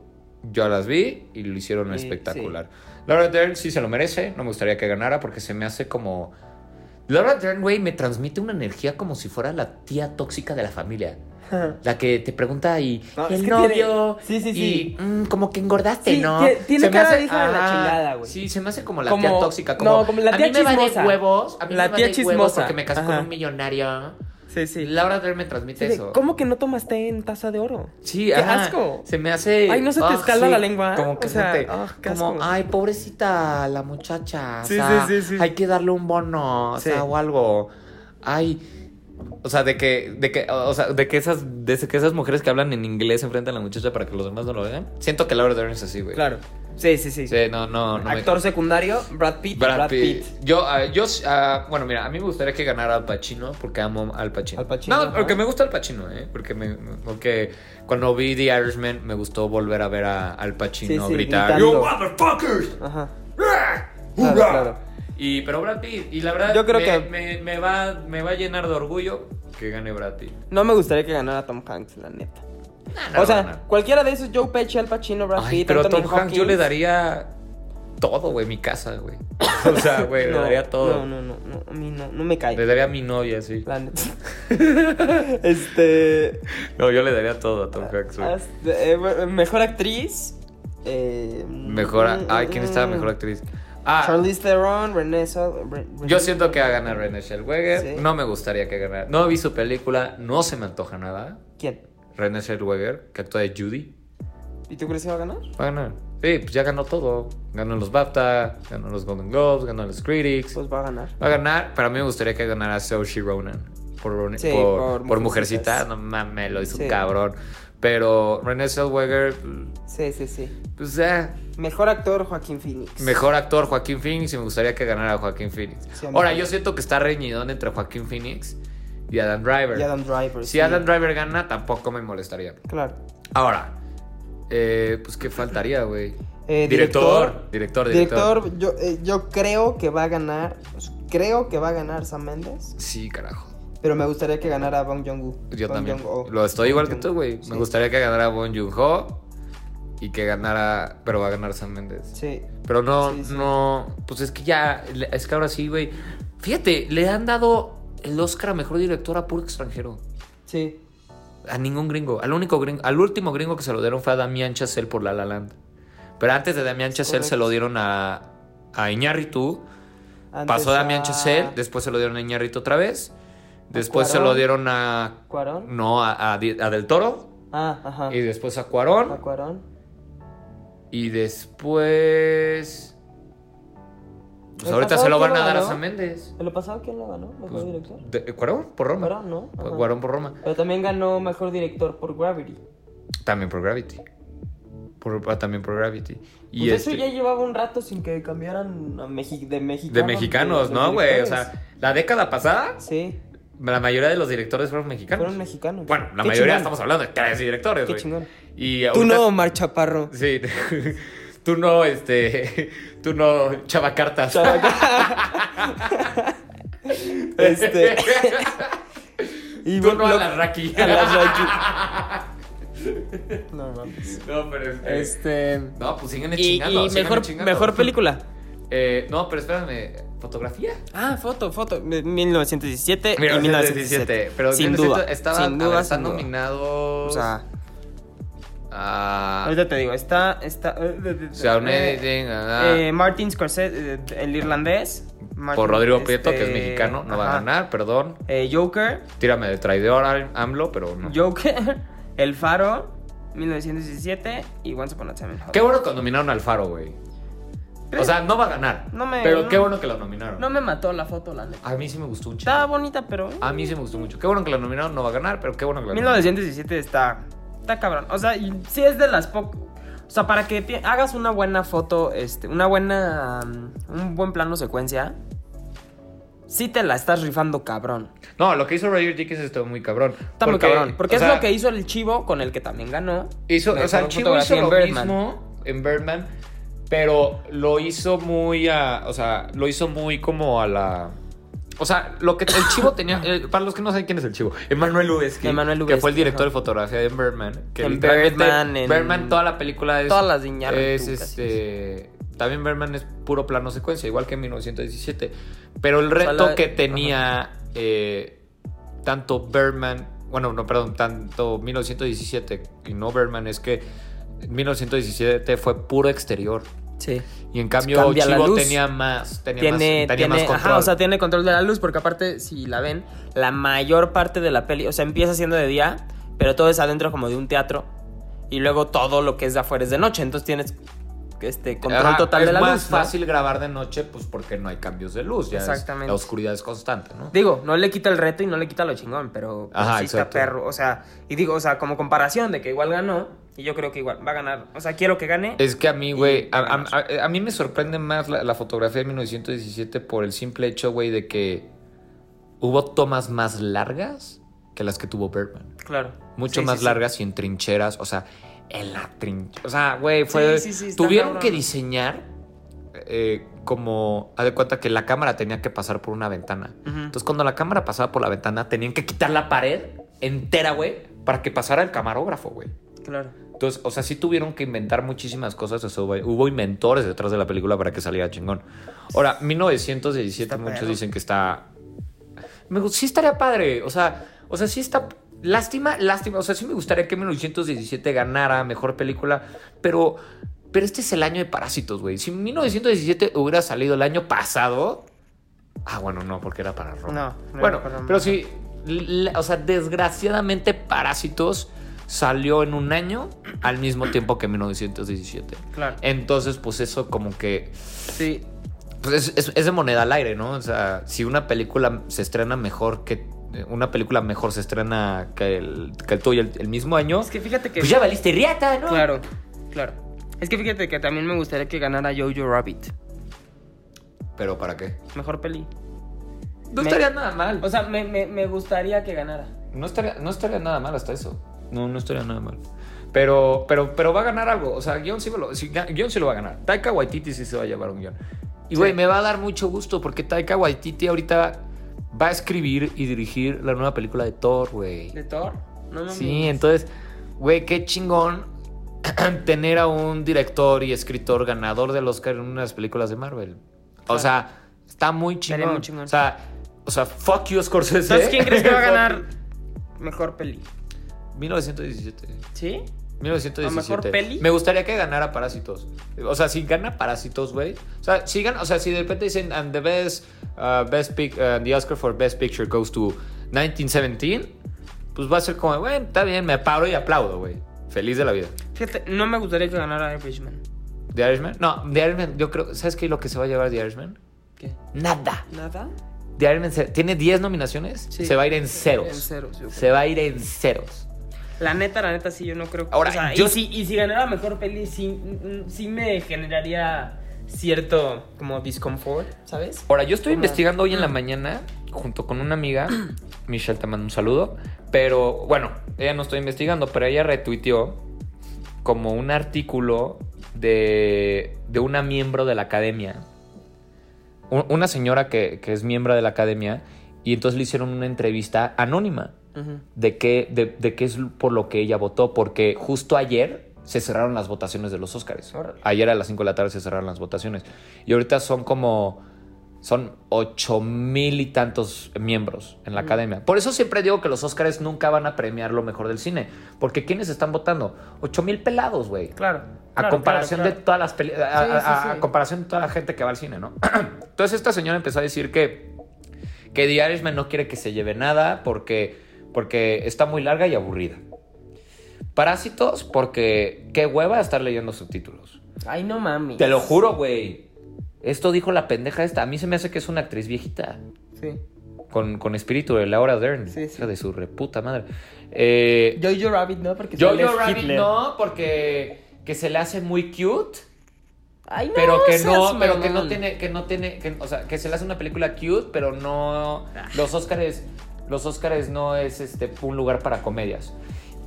Speaker 2: yo las vi y lo hicieron
Speaker 3: Y-
Speaker 2: espectacular. Laura Dern sí se lo merece, no me gustaría que ganara porque se me hace como... Laura Dern, güey, me transmite una energía como si fuera la tía tóxica de la familia. La que te pregunta y
Speaker 3: No,
Speaker 2: el
Speaker 3: es que tiene-
Speaker 2: novio.
Speaker 3: Sí, sí,
Speaker 2: y,
Speaker 3: sí.
Speaker 2: mm, como que engordaste,
Speaker 3: Sí,
Speaker 2: ¿no?
Speaker 3: tie- tiene
Speaker 2: Se me
Speaker 3: cara
Speaker 2: hace-
Speaker 3: de hija de la
Speaker 2: ajá,
Speaker 3: chingada, güey.
Speaker 2: Sí, se me hace como la
Speaker 3: Como-
Speaker 2: tía tóxica. Como,
Speaker 3: no, como la tía
Speaker 2: a mí me va
Speaker 3: chismosa.
Speaker 2: de huevos. A mí
Speaker 3: La
Speaker 2: me va
Speaker 3: tía
Speaker 2: de
Speaker 3: chismosa.
Speaker 2: huevos porque me casé con
Speaker 3: Ajá.
Speaker 2: un millonario.
Speaker 3: <laughs> Sí, sí.
Speaker 2: Laura Dern me transmite
Speaker 3: Sí, de,
Speaker 2: eso.
Speaker 3: ¿Cómo que no tomaste en taza de oro?
Speaker 2: Sí,
Speaker 3: Qué
Speaker 2: ajá.
Speaker 3: asco.
Speaker 2: Se me hace.
Speaker 3: Ay, ¿no se te
Speaker 2: Ah,
Speaker 3: escalda
Speaker 2: sí.
Speaker 3: la lengua? ¿eh?
Speaker 2: Como que
Speaker 3: O sea,
Speaker 2: se te-
Speaker 3: ah, qué
Speaker 2: como,
Speaker 3: asco.
Speaker 2: ay, pobrecita la muchacha. o
Speaker 3: Sí,
Speaker 2: sea,
Speaker 3: sí, sí, sí.
Speaker 2: Hay que darle un bono, o
Speaker 3: Sí.
Speaker 2: sea, o algo. Ay. O sea, de que, de que, o sea, de que esas, de que esas mujeres que hablan en inglés enfrentan a la muchacha para que los demás no lo vean. Siento que Laura Dern es así, güey.
Speaker 3: Claro. Sí, sí, sí.
Speaker 2: Sí, no, no, no me-
Speaker 3: Actor secundario, Brad Pitt.
Speaker 2: Brad, Pitt. Yo, ah, yo, ah, bueno, mira, a mí me gustaría que ganara Al Pacino porque amo Al Pacino.
Speaker 3: Al Pacino,
Speaker 2: No,
Speaker 3: ajá.
Speaker 2: porque me gusta Al Pacino, ¿eh? Porque, me, porque cuando vi The Irishman me gustó volver a ver a Al Pacino
Speaker 3: Sí, sí,
Speaker 2: gritar.
Speaker 3: gritando.
Speaker 2: "You motherfuckers!
Speaker 3: Ajá.
Speaker 2: Ah,
Speaker 3: Claro,
Speaker 2: hurra".
Speaker 3: claro.
Speaker 2: Y, pero Brad Pitt, y la verdad,
Speaker 3: Yo creo
Speaker 2: me,
Speaker 3: que-
Speaker 2: me, me va, me va a llenar de orgullo que gane Brad Pitt.
Speaker 3: No me gustaría que ganara Tom Hanks, la neta.
Speaker 2: Nah, Ah, no
Speaker 3: o sea,
Speaker 2: va a ganar.
Speaker 3: cualquiera de esos, Joe Pesci, Al Pacino, Brad
Speaker 2: Ay,
Speaker 3: Pitt,
Speaker 2: pero
Speaker 3: Anthony
Speaker 2: Tom Hanks yo le
Speaker 3: Hopkins.
Speaker 2: daría todo, güey, mi casa,
Speaker 3: <laughs>
Speaker 2: güey. O sea, güey, le daría todo.
Speaker 3: No, no, no, no, a mí no, no me
Speaker 2: Le
Speaker 3: cae.
Speaker 2: daría a mi novia, sí. <laughs>
Speaker 3: La neta. <laughs> este.
Speaker 2: No, yo le daría todo a Tom
Speaker 3: Ah,
Speaker 2: Hanks, güey.
Speaker 3: hasta- eh, bueno, mejor actriz. Eh,
Speaker 2: Mejor. a-
Speaker 3: mm,
Speaker 2: Ay, ¿quién estaba
Speaker 3: mm,
Speaker 2: mejor actriz? Ah,
Speaker 3: Charlize Theron, Renée Zell- Re-
Speaker 2: yo
Speaker 3: Renée-
Speaker 2: siento que va a ganar Renée Zellweger.
Speaker 3: Sí.
Speaker 2: No me gustaría que ganara. No vi su película, no se me antoja nada.
Speaker 3: ¿Quién?
Speaker 2: Renée Zellweger, que actúa de Judy.
Speaker 3: ¿Y tú crees que va a ganar?
Speaker 2: Va a ganar. Sí, pues ya ganó todo. Ganó los BAFTA, ganó los Golden Globes, ganó los Critics.
Speaker 3: Pues va a ganar.
Speaker 2: Va a ganar, pero a mí me gustaría que ganara Saoirse Ronan por, Ronan-
Speaker 3: Sí,
Speaker 2: por,
Speaker 3: por
Speaker 2: por
Speaker 3: Mujercitas.
Speaker 2: Mujercita. No mames, lo hizo
Speaker 3: Sí.
Speaker 2: un cabrón. Pero René Zellweger,
Speaker 3: Sí, sí, sí.
Speaker 2: pues ya,
Speaker 3: Mejor actor, Joaquín Phoenix.
Speaker 2: mejor actor Joaquín Phoenix y me gustaría que ganara Joaquín Phoenix.
Speaker 3: Sí, a mí
Speaker 2: Ahora,
Speaker 3: también.
Speaker 2: yo siento que está reñidón entre Joaquín Phoenix y Adam Driver.
Speaker 3: Y Adam Driver.
Speaker 2: si
Speaker 3: sí.
Speaker 2: Adam Driver gana, tampoco me molestaría.
Speaker 3: Claro.
Speaker 2: Ahora, eh, pues qué faltaría, güey.
Speaker 3: Eh,
Speaker 2: director, director, director.
Speaker 3: Director, yo, eh, yo creo que va a ganar. Creo que va a ganar Sam Mendes.
Speaker 2: Sí, carajo.
Speaker 3: Pero me gustaría que ganara Bong Joon-woo.
Speaker 2: Yo
Speaker 3: Bong
Speaker 2: también.
Speaker 3: Joon-ho.
Speaker 2: Lo estoy igual que
Speaker 3: Bong
Speaker 2: tú, güey.
Speaker 3: Joon-ho,
Speaker 2: Me
Speaker 3: sí.
Speaker 2: gustaría que ganara Bon Joon-ho y que ganara, pero va a ganar Sam Mendes.
Speaker 3: Sí.
Speaker 2: Pero no,
Speaker 3: Sí, sí.
Speaker 2: no, pues es que ya, le- es que ahora sí, güey. Fíjate, le han dado el Oscar a mejor director a puro extranjero.
Speaker 3: Sí.
Speaker 2: A ningún gringo. Al único gringo, al último gringo que se lo dieron fue a Damián Chazelle por La La Land. Pero antes de Damián Chazelle se
Speaker 3: correcto.
Speaker 2: lo dieron a, a Iñárritu.
Speaker 3: Antes
Speaker 2: Pasó Damián
Speaker 3: a
Speaker 2: Chazelle, después se lo dieron a Iñárritu otra vez. Después se lo
Speaker 3: Cuarón.
Speaker 2: dieron a
Speaker 3: Cuarón.
Speaker 2: no, a, a Di- a Del Toro.
Speaker 3: Ah, ajá.
Speaker 2: Mm. Y después a
Speaker 3: A
Speaker 2: Cuarón.
Speaker 3: Cuarón.
Speaker 2: Y después. Pues
Speaker 3: El
Speaker 2: ahorita
Speaker 3: pasado
Speaker 2: se lo
Speaker 3: quién
Speaker 2: van a
Speaker 3: lo
Speaker 2: dar a
Speaker 3: ganó?
Speaker 2: Sam Méndez.
Speaker 3: ¿En lo pasado quién lo ganó? Mejor
Speaker 2: Pues,
Speaker 3: director.
Speaker 2: de- ¿Cuarón? Por Roma.
Speaker 3: Cuarón, ¿no?
Speaker 2: Cu-
Speaker 3: Ajá.
Speaker 2: Cuarón por Roma.
Speaker 3: Pero también ganó mejor director por Gravity.
Speaker 2: También por Gravity. Por- ah, también por Gravity. Y
Speaker 3: Pues
Speaker 2: este-
Speaker 3: eso ya llevaba un rato sin que cambiaran a Mexi- de mexicanos.
Speaker 2: de mexicanos,
Speaker 3: de- de
Speaker 2: ¿no, güey? O
Speaker 3: directores.
Speaker 2: sea, la década pasada,
Speaker 3: Sí,
Speaker 2: la mayoría de los directores fueron mexicanos.
Speaker 3: fueron mexicanos.
Speaker 2: Bueno, la
Speaker 3: Qué
Speaker 2: mayoría
Speaker 3: chingón,
Speaker 2: estamos hablando de tres directores,
Speaker 3: Qué
Speaker 2: güey.
Speaker 3: chingón.
Speaker 2: Y
Speaker 3: Tú
Speaker 2: ahorita-
Speaker 3: no,
Speaker 2: <laughs>
Speaker 3: Omar Chaparro.
Speaker 2: Sí. Tú no, este. <laughs> Tú no, chavacartas. <laughs>
Speaker 3: este. y
Speaker 2: Tú
Speaker 3: bueno,
Speaker 2: no a
Speaker 3: lo-
Speaker 2: las Raki.
Speaker 3: a las Rocky. No mames.
Speaker 2: <laughs> No, pero este.
Speaker 3: Este.
Speaker 2: No, pues siguen
Speaker 3: Y,
Speaker 2: chingando.
Speaker 3: y
Speaker 2: síganle
Speaker 3: mejor,
Speaker 2: chingando.
Speaker 3: mejor película.
Speaker 2: Eh, no, pero espérame. ¿Fotografía?
Speaker 3: Ah, foto, foto.
Speaker 4: Eh,
Speaker 3: 1917 y
Speaker 2: 1917.
Speaker 3: 1917.
Speaker 2: Pero
Speaker 3: sin
Speaker 2: 1917
Speaker 3: duda.
Speaker 2: Estaba,
Speaker 3: sin duda,
Speaker 2: a ver, están
Speaker 3: sin duda.
Speaker 2: nominados.
Speaker 3: O sea,
Speaker 2: a-
Speaker 4: Ahorita te digo, está. está
Speaker 2: Sound
Speaker 4: eh,
Speaker 2: editing, ah,
Speaker 4: eh, Martin Scorsese, eh, el irlandés. Martin,
Speaker 2: por Rodrigo Prieto,
Speaker 4: este,
Speaker 2: que es mexicano, no va a
Speaker 4: ajá.
Speaker 2: ganar, perdón.
Speaker 4: Eh, Joker,
Speaker 2: Tírame de traidor al AMLO, pero no.
Speaker 4: Joker, <laughs> El Faro, 1917 y Once Upon a Time in Hollywood.
Speaker 2: Qué bueno que nominaron al Faro, güey. O sea, no va a ganar.
Speaker 4: No me-
Speaker 2: pero
Speaker 4: no-
Speaker 2: qué bueno que lo nominaron.
Speaker 4: No me mató la foto, la neta.
Speaker 2: A mí sí me gustó un
Speaker 4: Estaba
Speaker 2: chingo.
Speaker 4: bonita, pero. eh,
Speaker 2: A mí sí me gustó mucho. Qué bueno que lo nominaron, no va a ganar, pero qué Ah, bueno que lo nominaron.
Speaker 4: 1917 está. Está cabrón. O sea, y sí es de las pocas. O sea, para que pi- hagas una buena foto, este, una buena. um, un buen plano secuencia. Sí te la estás rifando, cabrón.
Speaker 2: No, lo que hizo Roger Dickens estuvo este muy cabrón.
Speaker 4: Está muy cabrón. Porque
Speaker 2: o
Speaker 4: es
Speaker 2: sea,
Speaker 4: lo que hizo el chivo con el que también ganó.
Speaker 2: hizo- o sea,
Speaker 4: Mejor
Speaker 2: el chivo
Speaker 4: fotografía
Speaker 2: hizo
Speaker 4: en
Speaker 2: lo
Speaker 4: Birdman.
Speaker 2: mismo en Birdman, pero lo hizo muy a, o sea, lo hizo muy como a la o sea, lo que el
Speaker 4: <coughs>
Speaker 2: chivo tenía, eh, para los que no saben quién es el chivo, Emanuel Lubezki,
Speaker 4: Emanuel
Speaker 2: que fue
Speaker 4: Lubezki,
Speaker 2: el director
Speaker 4: ajá.
Speaker 2: de fotografía de Birdman, que
Speaker 4: En
Speaker 2: literalmente
Speaker 4: Birdman, en-
Speaker 2: Birdman, toda la película es
Speaker 4: Todas las de Iñárritu,
Speaker 2: es
Speaker 4: casi.
Speaker 2: este también Birdman es puro plano secuencia, igual que en 1917, pero el reto
Speaker 4: la-
Speaker 2: que tenía eh, tanto Birdman, bueno, no, perdón, tanto 1917 y no Birdman es que 1917 fue puro exterior
Speaker 4: Sí.
Speaker 2: y en cambio
Speaker 4: Cambia la
Speaker 2: Chivo
Speaker 4: luz.
Speaker 2: tenía más tenía,
Speaker 4: Tiene,
Speaker 2: más, tenía
Speaker 4: tiene-
Speaker 2: más
Speaker 4: ajá,
Speaker 2: control.
Speaker 4: o sea, tiene control de la luz, porque aparte, si la ven, la mayor parte de la peli, o sea, empieza siendo de día, pero todo es adentro como de un teatro, y luego todo lo que es de afuera es de noche, entonces tienes este control
Speaker 2: Ajá,
Speaker 4: total
Speaker 2: es
Speaker 4: de la
Speaker 2: más
Speaker 4: luz. ¿no?
Speaker 2: fácil grabar de noche pues porque no hay cambios de luz, ya es-
Speaker 4: Exactamente.
Speaker 2: la oscuridad es constante, ¿no?
Speaker 4: Digo, no le quita el reto y no le quita lo chingón, pero pero
Speaker 2: Ajá,
Speaker 4: sí está
Speaker 2: exacto.
Speaker 4: perro, o sea, y digo, o sea, como comparación de que igual ganó, y yo creo que igual va a ganar, o sea, quiero que gane.
Speaker 2: Es que a mí, güey,
Speaker 4: Y-
Speaker 2: a, a- a- a mí me sorprende más la, la fotografía de 1917 por el simple hecho, güey, de que hubo tomas más largas que las que tuvo Birdman.
Speaker 4: Claro.
Speaker 2: Mucho
Speaker 4: Sí,
Speaker 2: más
Speaker 4: sí, sí.
Speaker 2: largas y en trincheras, o sea, en la trinchera. O sea, güey, fue...
Speaker 4: Sí, sí, sí, está
Speaker 2: tuvieron
Speaker 4: cabrón.
Speaker 2: que diseñar eh, como... Haz de cuenta que la cámara tenía que pasar por una ventana.
Speaker 4: Ujú.
Speaker 2: Entonces, cuando la cámara pasaba por la ventana, tenían que quitar la pared entera, güey, para que pasara el camarógrafo, güey.
Speaker 4: Claro.
Speaker 2: Entonces, o sea, sí tuvieron que inventar muchísimas cosas. o sea, hubo- hubo inventores detrás de la película para que saliera chingón. Ahora, 1917,
Speaker 4: Está
Speaker 2: muchos
Speaker 4: perro.
Speaker 2: dicen que está. Me gu- sí estaría padre. O sea, o sea, sí está. Lástima, lástima. O sea, sí me gustaría que 1917 ganara mejor película, pero. Pero este es el año de Parásitos, güey. Si 1917 hubiera salido el año pasado. Ah, bueno, no, porque era para Roma.
Speaker 4: No, no era
Speaker 2: bueno,
Speaker 4: para Roma.
Speaker 2: pero sí. l- la- O sea, desgraciadamente Parásitos salió en un año al mismo tiempo que 1917.
Speaker 3: Claro.
Speaker 2: Entonces, pues eso como que
Speaker 3: Sí.
Speaker 2: pues es, es- es de moneda al aire, ¿no? O sea, si una película se estrena mejor que. eh, Una película mejor se estrena que el, que el tuyo el, el mismo año.
Speaker 3: Es que fíjate que.
Speaker 2: Pues ya valiste riata, ¿no?
Speaker 3: Claro, claro. Es que fíjate que también me gustaría que ganara Jojo Rabbit.
Speaker 2: ¿Pero para qué?
Speaker 3: Mejor peli.
Speaker 2: No
Speaker 3: Me-
Speaker 2: estaría nada mal.
Speaker 3: O sea, me, me- me gustaría que ganara.
Speaker 2: No estaría, no estaría nada mal hasta eso. No, no estaría nada mal. Pero, pero, pero va a ganar algo. O sea, guión sí, lo, sí, ga- guión sí lo va a ganar. Taika Waititi sí se va a llevar un guión. Y güey, me va a dar mucho gusto porque Taika Waititi ahorita va a escribir y dirigir la nueva película de Thor, güey.
Speaker 3: ¿De Thor? No mames.
Speaker 2: Sí, entonces, güey, qué chingón <clears throat> tener a un director y escritor ganador del Oscar en unas películas de Marvel. O sea, está muy
Speaker 3: Estaría
Speaker 2: chingón.
Speaker 3: muy chingón.
Speaker 2: O sea, o sea, fuck you, Scorsese.
Speaker 3: Entonces, ¿quién crees
Speaker 2: <laughs>
Speaker 3: que va a ganar mejor peli?
Speaker 2: 1917.
Speaker 3: ¿Sí?
Speaker 2: 1917.
Speaker 3: ¿A mejor peli?
Speaker 2: Me gustaría que ganara Parásitos. O sea, si gana Parásitos, güey. O sea, si gana- o sea, si de repente dicen and the best uh, best pic- uh, the Oscar for best picture goes to 1917, pues va a ser como, bueno, está bien, me paro y aplaudo, güey. Feliz de la vida.
Speaker 3: Fíjate, no me gustaría que ganara Irishman.
Speaker 2: ¿The Irishman? No, The Irishman, yo creo, ¿sabes qué es lo que se va a llevar The Irishman?
Speaker 3: ¿Qué?
Speaker 2: Nada.
Speaker 3: ¿Nada?
Speaker 2: The Irishman se- tiene 10 nominaciones,
Speaker 3: Sí.
Speaker 2: se va a ir en ceros.
Speaker 3: En ceros, yo
Speaker 2: Se va a ir en ceros.
Speaker 3: La neta, la neta, sí, yo no creo que.
Speaker 2: Ahora,
Speaker 3: o sea,
Speaker 2: yo-
Speaker 3: y, si, y si ganara mejor peli, sí, mm, mm, sí me generaría cierto como disconfort, ¿sabes?
Speaker 2: Ahora, yo estoy
Speaker 3: Una-
Speaker 2: investigando hoy en la mañana junto con una amiga. <clears throat> Michelle te mando un saludo. Pero bueno, ella no estoy investigando, pero ella retuiteó como un artículo de, de una miembro de la academia. U- Una señora que, que es miembro de la academia. Y entonces le hicieron una entrevista anónima de qué, de, de qué es por lo que ella votó, porque justo ayer se cerraron las votaciones de los Óscares.
Speaker 3: Órale.
Speaker 2: Ayer a las 5 de la tarde se cerraron las votaciones. Y ahorita son como... Son ocho mil y tantos miembros en la academia. Por eso siempre digo que los Óscares nunca van a premiar lo mejor del cine. Porque ¿quiénes están votando? Ocho mil pelados, güey.
Speaker 3: Claro.
Speaker 2: A
Speaker 3: claro,
Speaker 2: comparación
Speaker 3: claro,
Speaker 2: de todas las peli- a,
Speaker 3: Sí, sí,
Speaker 2: a-
Speaker 3: sí.
Speaker 2: a comparación de toda la gente que va al cine, ¿no? <clears throat> Entonces esta señora empezó a decir que que The Irishman no quiere que se lleve nada porque porque está muy larga y aburrida. Parásitos porque qué hueva estar leyendo subtítulos.
Speaker 3: claro. Ay, no mami.
Speaker 2: Te lo juro, güey. Esto dijo la pendeja esta. A mí se me hace que es una actriz viejita
Speaker 3: Sí.
Speaker 2: con, con espíritu de Laura Dern,
Speaker 3: Sí, sí.
Speaker 2: hija de su reputa madre. Eh,
Speaker 3: Jojo Rabbit, ¿no? Porque
Speaker 2: Jojo
Speaker 3: sale
Speaker 2: Rabbit
Speaker 3: Hitler.
Speaker 2: no porque que se le hace muy cute.
Speaker 3: Ay, no,
Speaker 2: pero que
Speaker 3: seas
Speaker 2: no, pero que no
Speaker 3: mamón.
Speaker 2: tiene, que no tiene, que- o sea, que se le hace una película cute, pero no,
Speaker 3: Ah.
Speaker 2: los Óscares, los Óscares no es este un lugar para comedias.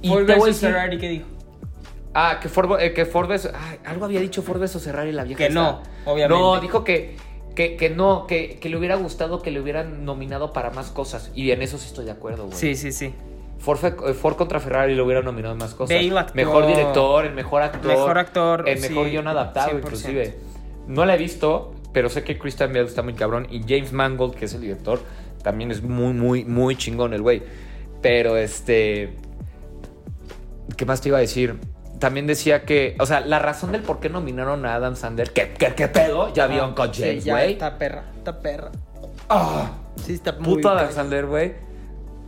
Speaker 2: Y
Speaker 3: Ford
Speaker 2: te voy a
Speaker 3: versus
Speaker 2: decir-
Speaker 3: Ferrari, ¿qué dijo?
Speaker 2: ah, que Ford, eh, que Ford versus- ay, algo había dicho Ford versus Ferrari la vieja.
Speaker 3: Que no,
Speaker 2: esta.
Speaker 3: obviamente.
Speaker 2: No, dijo que, que, que no, que, que le hubiera gustado que le hubieran nominado para más cosas. Y en eso sí estoy de acuerdo, güey.
Speaker 3: Sí, sí, sí.
Speaker 2: Ford, fe- eh, Ford contra Ferrari lo hubieran nominado en más cosas.
Speaker 3: Bale actuó.
Speaker 2: Mejor director, el mejor actor.
Speaker 3: Mejor actor,
Speaker 2: El mejor
Speaker 3: sí,
Speaker 2: guión adaptado,
Speaker 3: 100%.
Speaker 2: inclusive. No la he visto, pero sé que Christian Bale está muy cabrón. Y James Mangold, que es el director, también es muy, muy, muy chingón el güey. Pero este. ¿Qué más te iba a decir? También decía que, o sea, la razón del por qué nominaron a Adam Sandler, que qué, qué pedo? Ya vio Uncut
Speaker 3: Ah, Sí,
Speaker 2: James, Ah.
Speaker 3: ya,
Speaker 2: güey.
Speaker 3: Está perra, está perra. Sí, está muy
Speaker 2: Puto Adam
Speaker 3: perra.
Speaker 2: Sandler, güey.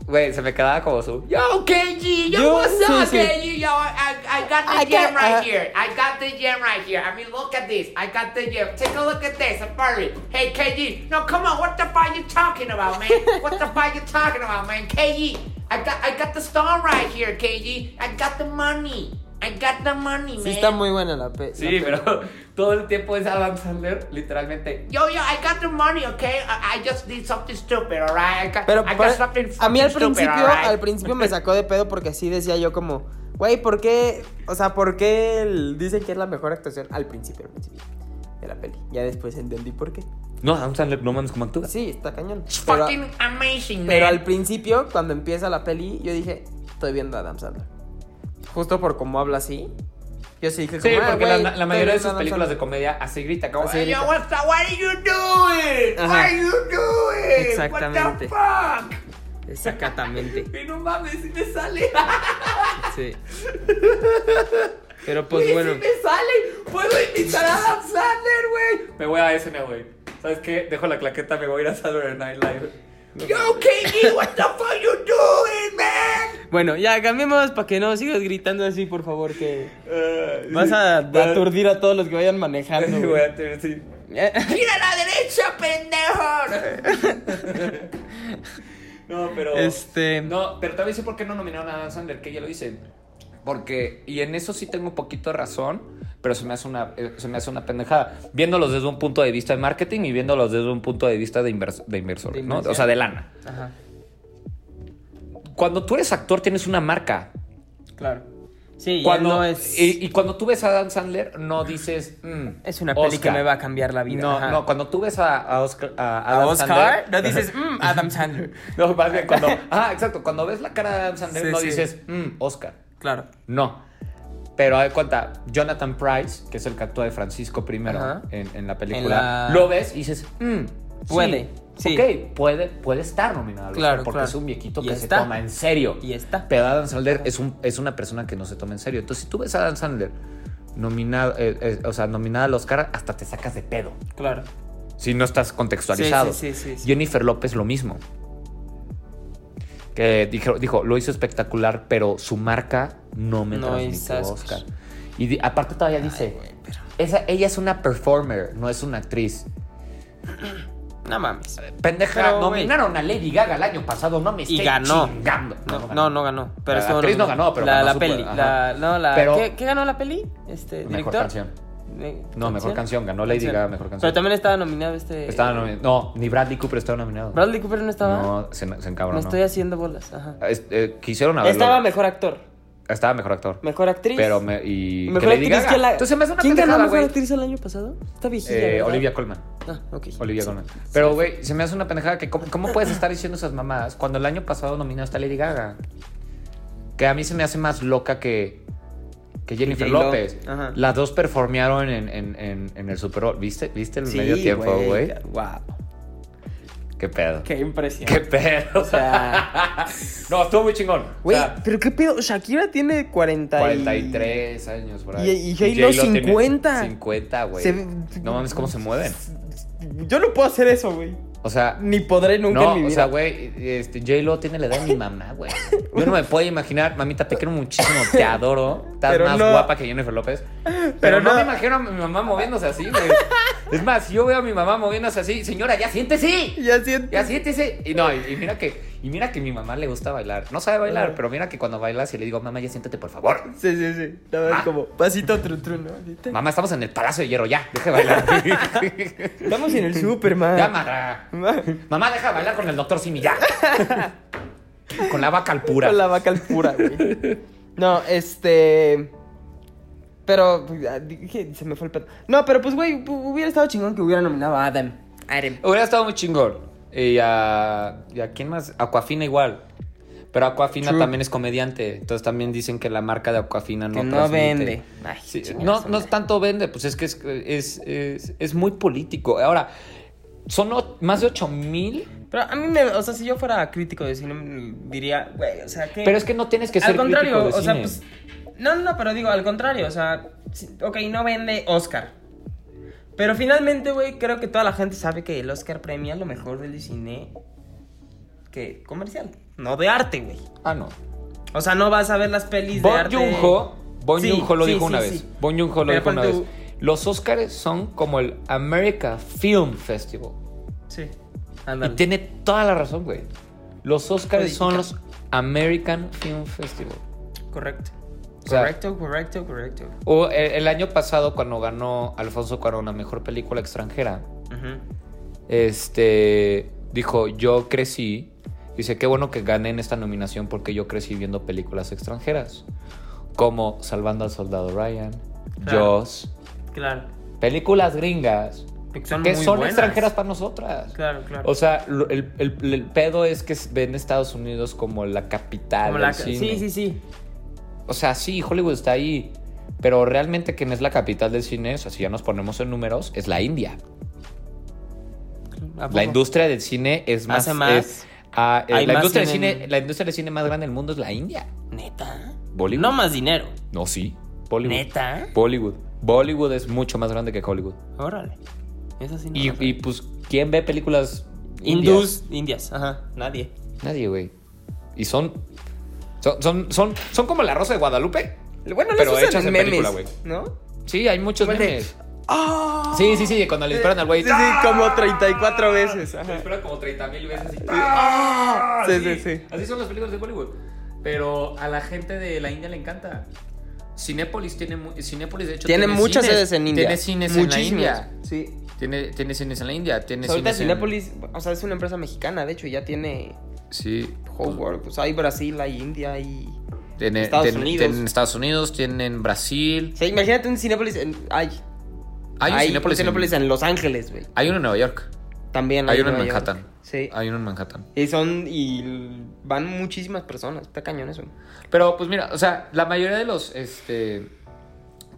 Speaker 2: Güey, se me quedaba como su. Yo, KG, yo,
Speaker 3: Yo,
Speaker 2: what's up,
Speaker 3: sí, sí.
Speaker 2: KG? Yo, I, I got the
Speaker 5: I
Speaker 2: gem
Speaker 5: got-
Speaker 2: right
Speaker 5: uh,
Speaker 2: here. I got the gem right here. I mean, look at this. I got the gem. Take a look at this. I'm sorry. Hey, KG. No, come on. What the fuck you talking about, man?
Speaker 5: <laughs>
Speaker 2: what the fuck you talking about, man? KG, I got, I got the star right here, KG. I got the money. I got the money, man.
Speaker 3: Sí, está muy buena la pe. la
Speaker 2: Sí, pero <laughs> todo el tiempo es Adam Sandler, literalmente. Yo, yo, I got the money, okay? I, I just did something stupid, alright? I got,
Speaker 3: Pero
Speaker 2: I got
Speaker 3: pare-
Speaker 2: something
Speaker 3: a mí al
Speaker 2: fucking stupid,
Speaker 3: principio,
Speaker 2: alright?
Speaker 3: al principio me sacó de pedo porque así decía yo como, güey, ¿por qué? O sea, ¿por qué el- dicen que es la mejor actuación? Al principio, al principio de la peli. Ya después entendí por qué.
Speaker 2: No, Adam Sandler, no mames como actúa.
Speaker 3: Sí, está cañón.
Speaker 2: It's
Speaker 3: Pero,
Speaker 2: fucking amazing,
Speaker 3: pero
Speaker 2: man.
Speaker 3: al principio, cuando empieza la peli, yo dije, estoy viendo a Adam Sandler. Justo por cómo habla así. Yo sí dije,
Speaker 2: Sí,
Speaker 3: como, "Ah,
Speaker 2: porque
Speaker 3: güey,
Speaker 2: la,
Speaker 3: estoy
Speaker 2: mayoría de
Speaker 3: viendo a
Speaker 2: sus
Speaker 3: Adam
Speaker 2: películas de
Speaker 3: Sandler".
Speaker 2: comedia así grita, como,
Speaker 3: Así
Speaker 2: "Hey, yo,
Speaker 3: grita.
Speaker 2: what's up? What are you doing? What
Speaker 3: Ajá.
Speaker 2: are you doing?
Speaker 3: Exactamente.
Speaker 2: What the fuck?
Speaker 3: Exactamente.
Speaker 2: Y no mames, si me sale. <laughs>
Speaker 3: <laughs> Sí. Pero
Speaker 2: Güey,
Speaker 3: pues
Speaker 2: si
Speaker 3: bueno.
Speaker 2: me sale, puedo invitar a Adam Sandler, güey. Me voy a SNL, güey. ¿Sabes qué? Dejo la claqueta, me voy a ir a Saturday Night Live. Yo, KD, what the fuck you doing, man?
Speaker 6: Bueno, ya cambiemos para que no sigas gritando así, por favor, que vas a
Speaker 2: <laughs> Bueno,
Speaker 6: aturdir a todos los que vayan manejando.
Speaker 2: sí,
Speaker 6: güey.
Speaker 2: Ah, voy a tener- sí.
Speaker 3: <laughs>
Speaker 2: ¡Gira a la derecha, pendejo! <laughs> no, pero.
Speaker 6: Este.
Speaker 2: No, pero también sé por qué no nominaron a Adam Sandler, que ya lo hice. Porque, y en eso sí tengo un poquito de razón, pero se me hace una, eh, se me hace una pendejada. Viéndolos desde un punto de vista de marketing y viéndolos desde un punto de vista de, invers- de inversor,
Speaker 6: De
Speaker 2: ¿no?
Speaker 6: inversión.
Speaker 2: O sea, de lana.
Speaker 6: Ajá,
Speaker 2: Cuando tú eres actor, tienes una marca.
Speaker 6: claro.
Speaker 3: Sí,
Speaker 2: Cuando,
Speaker 3: cuando es.
Speaker 2: y, y cuando tú ves a Adam Sandler, no dices. mm,
Speaker 3: Es una peli que
Speaker 2: Oscar.
Speaker 3: me va a cambiar la vida.
Speaker 2: No,
Speaker 3: ajá.
Speaker 2: no, cuando tú ves a, a Oscar. A,
Speaker 3: ¿A
Speaker 2: Adam
Speaker 3: Oscar?
Speaker 2: Sandler-
Speaker 3: No
Speaker 2: <laughs>
Speaker 3: dices, "Mm, Adam Sandler.
Speaker 2: No, más bien
Speaker 3: <laughs>
Speaker 2: cuando. Ah, exacto. Cuando ves la cara de Adam Sandler,
Speaker 3: Sí,
Speaker 2: no
Speaker 3: sí.
Speaker 2: dices, "Mm, Oscar.
Speaker 3: Claro.
Speaker 2: No. Pero haz de cuenta, Jonathan Price, que es el que actúa de Francisco primero
Speaker 3: Ajá.
Speaker 2: en, en la película,
Speaker 3: En la-
Speaker 2: lo ves y dices, "Mm,
Speaker 3: Puede,
Speaker 2: Sí.
Speaker 3: sí.
Speaker 2: Ok, puede, puede estar nominado. al Oscar",
Speaker 3: Claro,
Speaker 2: Porque
Speaker 3: claro.
Speaker 2: es un viejito
Speaker 3: Y
Speaker 2: que
Speaker 3: está.
Speaker 2: se toma en serio.
Speaker 3: Y está.
Speaker 2: Pero Adam Sandler es, un, es una persona que no se toma en serio. Entonces, si tú ves a Adam Sandler nominado, eh, eh, o sea, nominada al Oscar, hasta te sacas de pedo.
Speaker 3: Claro.
Speaker 2: Si no estás contextualizado.
Speaker 3: Sí, sí, sí, sí, sí.
Speaker 2: Jennifer López lo mismo. Que dijo, dijo, lo hizo espectacular, pero su marca no me
Speaker 3: No es
Speaker 2: transmitió
Speaker 3: Oscar.
Speaker 2: Oscar. Y di- aparte todavía dice, esa, ella es una performer, no es una actriz.
Speaker 3: No mames.
Speaker 2: Pendeja,
Speaker 3: Pero, güey.
Speaker 2: nominaron a Lady Gaga el año pasado, no me
Speaker 3: Y
Speaker 2: esté
Speaker 3: ganó.
Speaker 2: chingando.
Speaker 3: No, no, no ganó. Pero
Speaker 2: La
Speaker 3: estuvo
Speaker 2: actriz no
Speaker 3: nominada.
Speaker 2: ganó, pero
Speaker 3: la,
Speaker 2: ganó
Speaker 3: la
Speaker 2: su-
Speaker 3: peli.
Speaker 2: ajá.
Speaker 3: La, no, la,
Speaker 2: Pero-
Speaker 3: ¿qué, qué ganó la peli? Este,
Speaker 2: Mejor
Speaker 3: director.
Speaker 2: canción.
Speaker 3: Eh,
Speaker 2: No, mejor canción, ganó Lady Gaga mejor canción.
Speaker 3: Pero también estaba nominado este.
Speaker 2: Estaba nomi- No, ni Bradley Cooper estaba nominado.
Speaker 3: Bradley Cooper no estaba.
Speaker 2: No, se, se
Speaker 3: Me
Speaker 2: encabronó.
Speaker 3: estoy haciendo bolas. Ajá.
Speaker 2: Es- eh, quisieron haberlo-
Speaker 6: Estaba mejor actor,
Speaker 2: Estaba mejor actor.
Speaker 6: mejor actriz.
Speaker 2: Pero me, y
Speaker 6: Mejor
Speaker 2: que Lady
Speaker 6: actriz
Speaker 2: Gaga.
Speaker 6: que la.
Speaker 2: Entonces me hace una
Speaker 6: ¿Quién ganó
Speaker 2: pendejada,
Speaker 6: mejor
Speaker 2: güey.
Speaker 6: actriz el año pasado? Está viejilla.
Speaker 2: Eh,
Speaker 6: ¿verdad?
Speaker 2: Olivia Colman.
Speaker 3: Ah, ok.
Speaker 2: Olivia Colman. Pero, güey, se me hace una pendejada que ¿cómo, cómo puedes estar diciendo esas mamadas cuando el año pasado nominaste a Lady Gaga? Que a mí se me hace más loca que, que Jennifer
Speaker 3: J-Lo.
Speaker 2: López.
Speaker 3: Ajá.
Speaker 2: Las dos performearon en, en- en- en el Super Bowl. ¿Viste, ¿Viste el
Speaker 3: Sí,
Speaker 2: medio tiempo, güey?
Speaker 3: Wow.
Speaker 2: ¿Qué pedo? ¿Qué,
Speaker 6: Qué impresión.
Speaker 2: pedo?
Speaker 3: O sea.
Speaker 2: <laughs> no, estuvo muy chingón.
Speaker 3: Güey,
Speaker 2: O sea,
Speaker 3: pero qué pedo. Shakira tiene 40 y-
Speaker 2: 43 años por ahí.
Speaker 3: Y- y J-Lo
Speaker 2: tiene
Speaker 3: 50.
Speaker 2: 50, güey.
Speaker 3: Se-
Speaker 2: No mames, cómo se mueven.
Speaker 3: Yo no puedo hacer eso, güey.
Speaker 2: O sea,
Speaker 3: Ni podré nunca
Speaker 2: no,
Speaker 3: en mi vida.
Speaker 2: o sea, güey, este, J-Lo tiene la edad de mi mamá, güey. Yo no me puedo imaginar, mamita, te quiero muchísimo, te adoro. Estás
Speaker 3: Pero
Speaker 2: más
Speaker 3: no.
Speaker 2: guapa que Jennifer López. Pero,
Speaker 3: Pero
Speaker 2: no,
Speaker 3: no.
Speaker 2: me imagino a mi mamá moviéndose así, güey. Es más, si yo veo a mi mamá moviéndose así, señora, ya siéntese.
Speaker 3: <laughs> ya siento.
Speaker 2: Ya siéntese. Y no, y, y mira que, y mira que mi mamá le gusta bailar. No sabe bailar, pero mira que cuando baila, si le digo, mamá, ya siéntate, por favor.
Speaker 3: Sí, sí, sí. Nada más como pasito tru tru, ¿no?
Speaker 2: Mamá, estamos en el Palacio de Hierro, ya, deja de bailar.
Speaker 3: Estamos
Speaker 2: <laughs>
Speaker 3: en el Superman.
Speaker 2: ya, Mara. Mamá, deja de bailar con el doctor Simi,
Speaker 3: <laughs>
Speaker 2: ya. con la vaca al pura.
Speaker 3: Con la vaca al pura, güey. No, este. Pero. pues, ah, dije, se me fue el pedo. No, pero pues, güey, hu- hubiera estado chingón que hubiera nominado a Adam. Adam.
Speaker 2: Hubiera estado muy chingón. Y a, y a quién más? Aquafina igual. Pero Aquafina
Speaker 3: True.
Speaker 2: también es comediante. Entonces también dicen que la marca de Aquafina no
Speaker 3: Que no
Speaker 2: transmite.
Speaker 3: vende. Ay,
Speaker 2: Sí,
Speaker 3: chinga
Speaker 2: no,
Speaker 3: su
Speaker 2: no
Speaker 3: madre.
Speaker 2: tanto vende, pues es que es, es, es- es muy político. Ahora, son o- más de 8 mil.
Speaker 3: Pero a mí me. O sea, si yo fuera crítico de cine, mm, diría, güey, o sea, que.
Speaker 2: Pero es que no tienes que ser
Speaker 3: al contrario,
Speaker 2: crítico de
Speaker 3: o sea,
Speaker 2: cine.
Speaker 3: pues. No, no, no, pero digo, al contrario, o sea, sí, ok, no vende Oscar. Pero finalmente, güey, creo que toda la gente sabe que el Oscar premia lo mejor del cine que comercial, no de arte, güey.
Speaker 2: Ah, no.
Speaker 3: O sea, no vas a ver las pelis de
Speaker 2: Bon
Speaker 3: arte.
Speaker 2: Joon-ho Bon
Speaker 3: Sí,
Speaker 2: Joon-ho lo
Speaker 3: sí,
Speaker 2: dijo
Speaker 3: sí,
Speaker 2: una
Speaker 3: sí.
Speaker 2: vez. Bon Joon-ho lo
Speaker 3: Pero
Speaker 2: dijo
Speaker 3: pon
Speaker 2: una
Speaker 3: tú-
Speaker 2: vez. Los Oscars son como el America Film Festival.
Speaker 3: Sí.
Speaker 2: Y
Speaker 3: Ándale. Pues
Speaker 2: tiene toda la razón, güey. Los Oscars
Speaker 3: Oye,
Speaker 2: son
Speaker 3: ca-
Speaker 2: los American Film Festival.
Speaker 3: Correcto.
Speaker 2: O sea-
Speaker 3: Correcto, correcto, correcto.
Speaker 2: O eh, el, el año pasado, cuando ganó Alfonso Cuarón la mejor película extranjera,
Speaker 3: Ujú.
Speaker 2: este dijo: Yo crecí. Dice: Qué bueno que gané en esta nominación porque yo crecí viendo películas extranjeras. Como Salvando al Soldado Ryan,
Speaker 3: Claro.
Speaker 2: Jaws,
Speaker 3: Claro.
Speaker 2: películas gringas
Speaker 3: Que son,
Speaker 2: que
Speaker 3: muy
Speaker 2: son
Speaker 3: buenas.
Speaker 2: extranjeras para nosotras.
Speaker 3: Claro, claro.
Speaker 2: O sea, lo- el, el- el pedo es que ven Estados Unidos como la capital
Speaker 3: Como
Speaker 2: del
Speaker 3: la-
Speaker 2: cine.
Speaker 3: Sí, sí, sí.
Speaker 2: O sea, sí, Hollywood está ahí. Pero realmente quien es la capital del cine, o sea, si ya nos ponemos en números, es la India.
Speaker 3: ¿A
Speaker 2: La
Speaker 3: poco?
Speaker 2: industria del cine es más...
Speaker 3: Hace más.
Speaker 2: es- ah, eh,
Speaker 3: Hay
Speaker 2: la,
Speaker 3: más
Speaker 2: industria del
Speaker 3: cine en-
Speaker 2: cine, la industria del cine más grande del mundo es la India.
Speaker 3: Neta.
Speaker 2: Bollywood.
Speaker 3: No más dinero.
Speaker 2: No, sí. Bollywood.
Speaker 3: Neta.
Speaker 2: Bollywood. Bollywood es mucho más grande que Hollywood.
Speaker 3: Órale. Eso sí. no
Speaker 2: Y,
Speaker 3: lo
Speaker 2: y,
Speaker 3: sabía.
Speaker 2: pues, ¿quién ve películas indias?
Speaker 3: Hindús, indias, ajá, nadie.
Speaker 2: Nadie, güey. Y son Son, son, son, son como la Rosa de Guadalupe.
Speaker 3: Bueno,
Speaker 2: Pero
Speaker 3: los usan
Speaker 2: hechas
Speaker 3: en
Speaker 2: en
Speaker 3: memes,
Speaker 2: película, güey.
Speaker 3: ¿no?
Speaker 2: Sí, hay muchos
Speaker 3: Igual de-
Speaker 2: memes.
Speaker 3: ¡Ah!
Speaker 2: Sí, sí, sí, cuando le disparan al güey.
Speaker 3: Sí, sí, como 34 veces.
Speaker 2: Se
Speaker 3: Ajá.
Speaker 2: Ah, disparan como 30 mil veces. y-
Speaker 3: Ah,
Speaker 2: ¡ah!
Speaker 3: Sí,
Speaker 2: Así-
Speaker 3: sí, sí.
Speaker 2: Así son las películas de Bollywood. Pero a la gente de la India le encanta. Cinépolis tiene mu- Cinépolis de hecho
Speaker 4: Tiene muchas
Speaker 2: cines.
Speaker 4: sedes en India.
Speaker 2: Tiene cines
Speaker 4: Muchísimas.
Speaker 2: en la India.
Speaker 3: Sí.
Speaker 2: Tiene, tiene cines en la India. Tiene
Speaker 3: O sea, Pues ahorita
Speaker 2: cines en-
Speaker 3: Cinépolis, o sea, es una empresa mexicana, de hecho, ya tiene
Speaker 2: Sí.
Speaker 3: Hogwarts. Pues hay Brasil, hay India, hay.
Speaker 2: Tiene,
Speaker 3: Estados
Speaker 2: tiene-
Speaker 3: Unidos.
Speaker 2: tiene en Estados Unidos, tiene en
Speaker 3: O
Speaker 2: Brasil.
Speaker 3: sea, imagínate un Cinépolis en. Ay.
Speaker 2: Hay un Cinépolis en-
Speaker 3: en... Los Ángeles, güey.
Speaker 2: Hay uno en Nueva York.
Speaker 3: También
Speaker 2: Hay uno en
Speaker 3: Nueva York.
Speaker 2: Manhattan.
Speaker 3: Sí.
Speaker 2: Hay uno en Manhattan.
Speaker 3: Y son. Y l- van muchísimas personas. Está cañón eso.
Speaker 2: Pero pues mira, o sea, la mayoría de los. Este,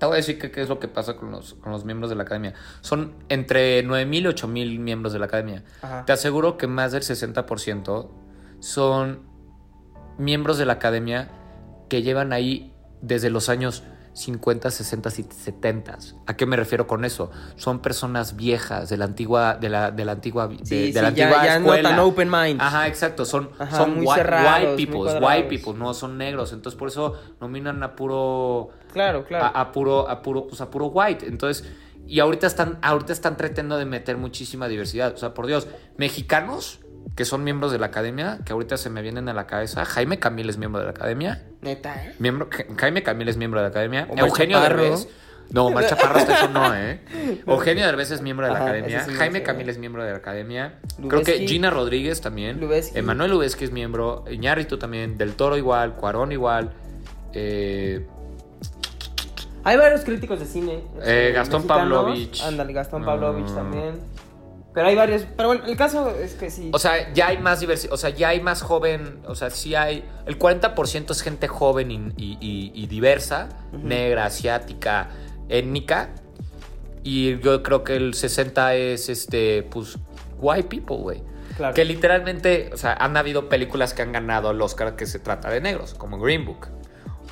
Speaker 2: te voy a decir que- qué es lo que pasa con los, con los miembros de la academia. Son entre 9.000 y 8.000 miembros de la academia.
Speaker 3: Ajá.
Speaker 2: Te aseguro que más del 60% son miembros de la academia que llevan ahí desde los años 50, 60 y 70. ¿A qué me refiero con eso? Son personas viejas de la antigua de la, de la antigua de,
Speaker 3: Sí,
Speaker 2: de
Speaker 3: sí,
Speaker 2: la
Speaker 3: ya-
Speaker 2: antigua
Speaker 3: ya no
Speaker 2: escuela.
Speaker 3: tan open mind.
Speaker 2: Ajá, exacto, son
Speaker 3: Ajá,
Speaker 2: son
Speaker 3: muy
Speaker 2: white,
Speaker 3: cerrados,
Speaker 2: white people,
Speaker 3: muy
Speaker 2: white
Speaker 3: cuadrados.
Speaker 2: people, no son negros, entonces por eso nominan a puro
Speaker 3: Claro, claro.
Speaker 2: a, a puro, a puro, pues a puro white. Entonces, y ahorita están, ahorita están tratando de meter muchísima diversidad. O sea, por Dios, mexicanos que son miembros de la academia, que ahorita se me vienen a la cabeza. Jaime Camil es miembro de la academia.
Speaker 3: Neta, ¿eh?
Speaker 2: Miembro, Jaime Camil es miembro de la academia.
Speaker 3: Omar
Speaker 2: Eugenio
Speaker 3: Chaparro.
Speaker 2: Derbez. No, Omar Chaparro hasta eso no, ¿eh?
Speaker 3: <laughs>
Speaker 2: Eugenio Derbez es miembro de la
Speaker 3: Ajá,
Speaker 2: academia.
Speaker 3: ese sí me
Speaker 2: Jaime
Speaker 3: sé.
Speaker 2: Camil es miembro de la academia. Creo que
Speaker 3: Lubeski.
Speaker 2: Gina Rodríguez también.
Speaker 3: Lubeski.
Speaker 2: Emanuel Lubeski es miembro. Iñárritu también. Del Toro igual. Cuarón igual. Eh,
Speaker 3: Hay varios críticos de cine.
Speaker 2: Eh,
Speaker 3: este,
Speaker 2: Gastón Pavlovich.
Speaker 3: Ándale, Gastón
Speaker 2: Mm.
Speaker 3: Pavlovich también. Pero hay varios. Pero bueno, el caso es que sí.
Speaker 2: O sea, ya hay más diversidad, o sea, ya hay más joven, o sea, sí hay, el 40% es gente joven y, y- y- y diversa, negra, asiática, étnica, y yo creo que el 60 es, este, pues, white people, güey.
Speaker 3: Claro.
Speaker 2: Que literalmente, o sea, han habido películas que han ganado el Oscar que se trata de negros, como Green Book.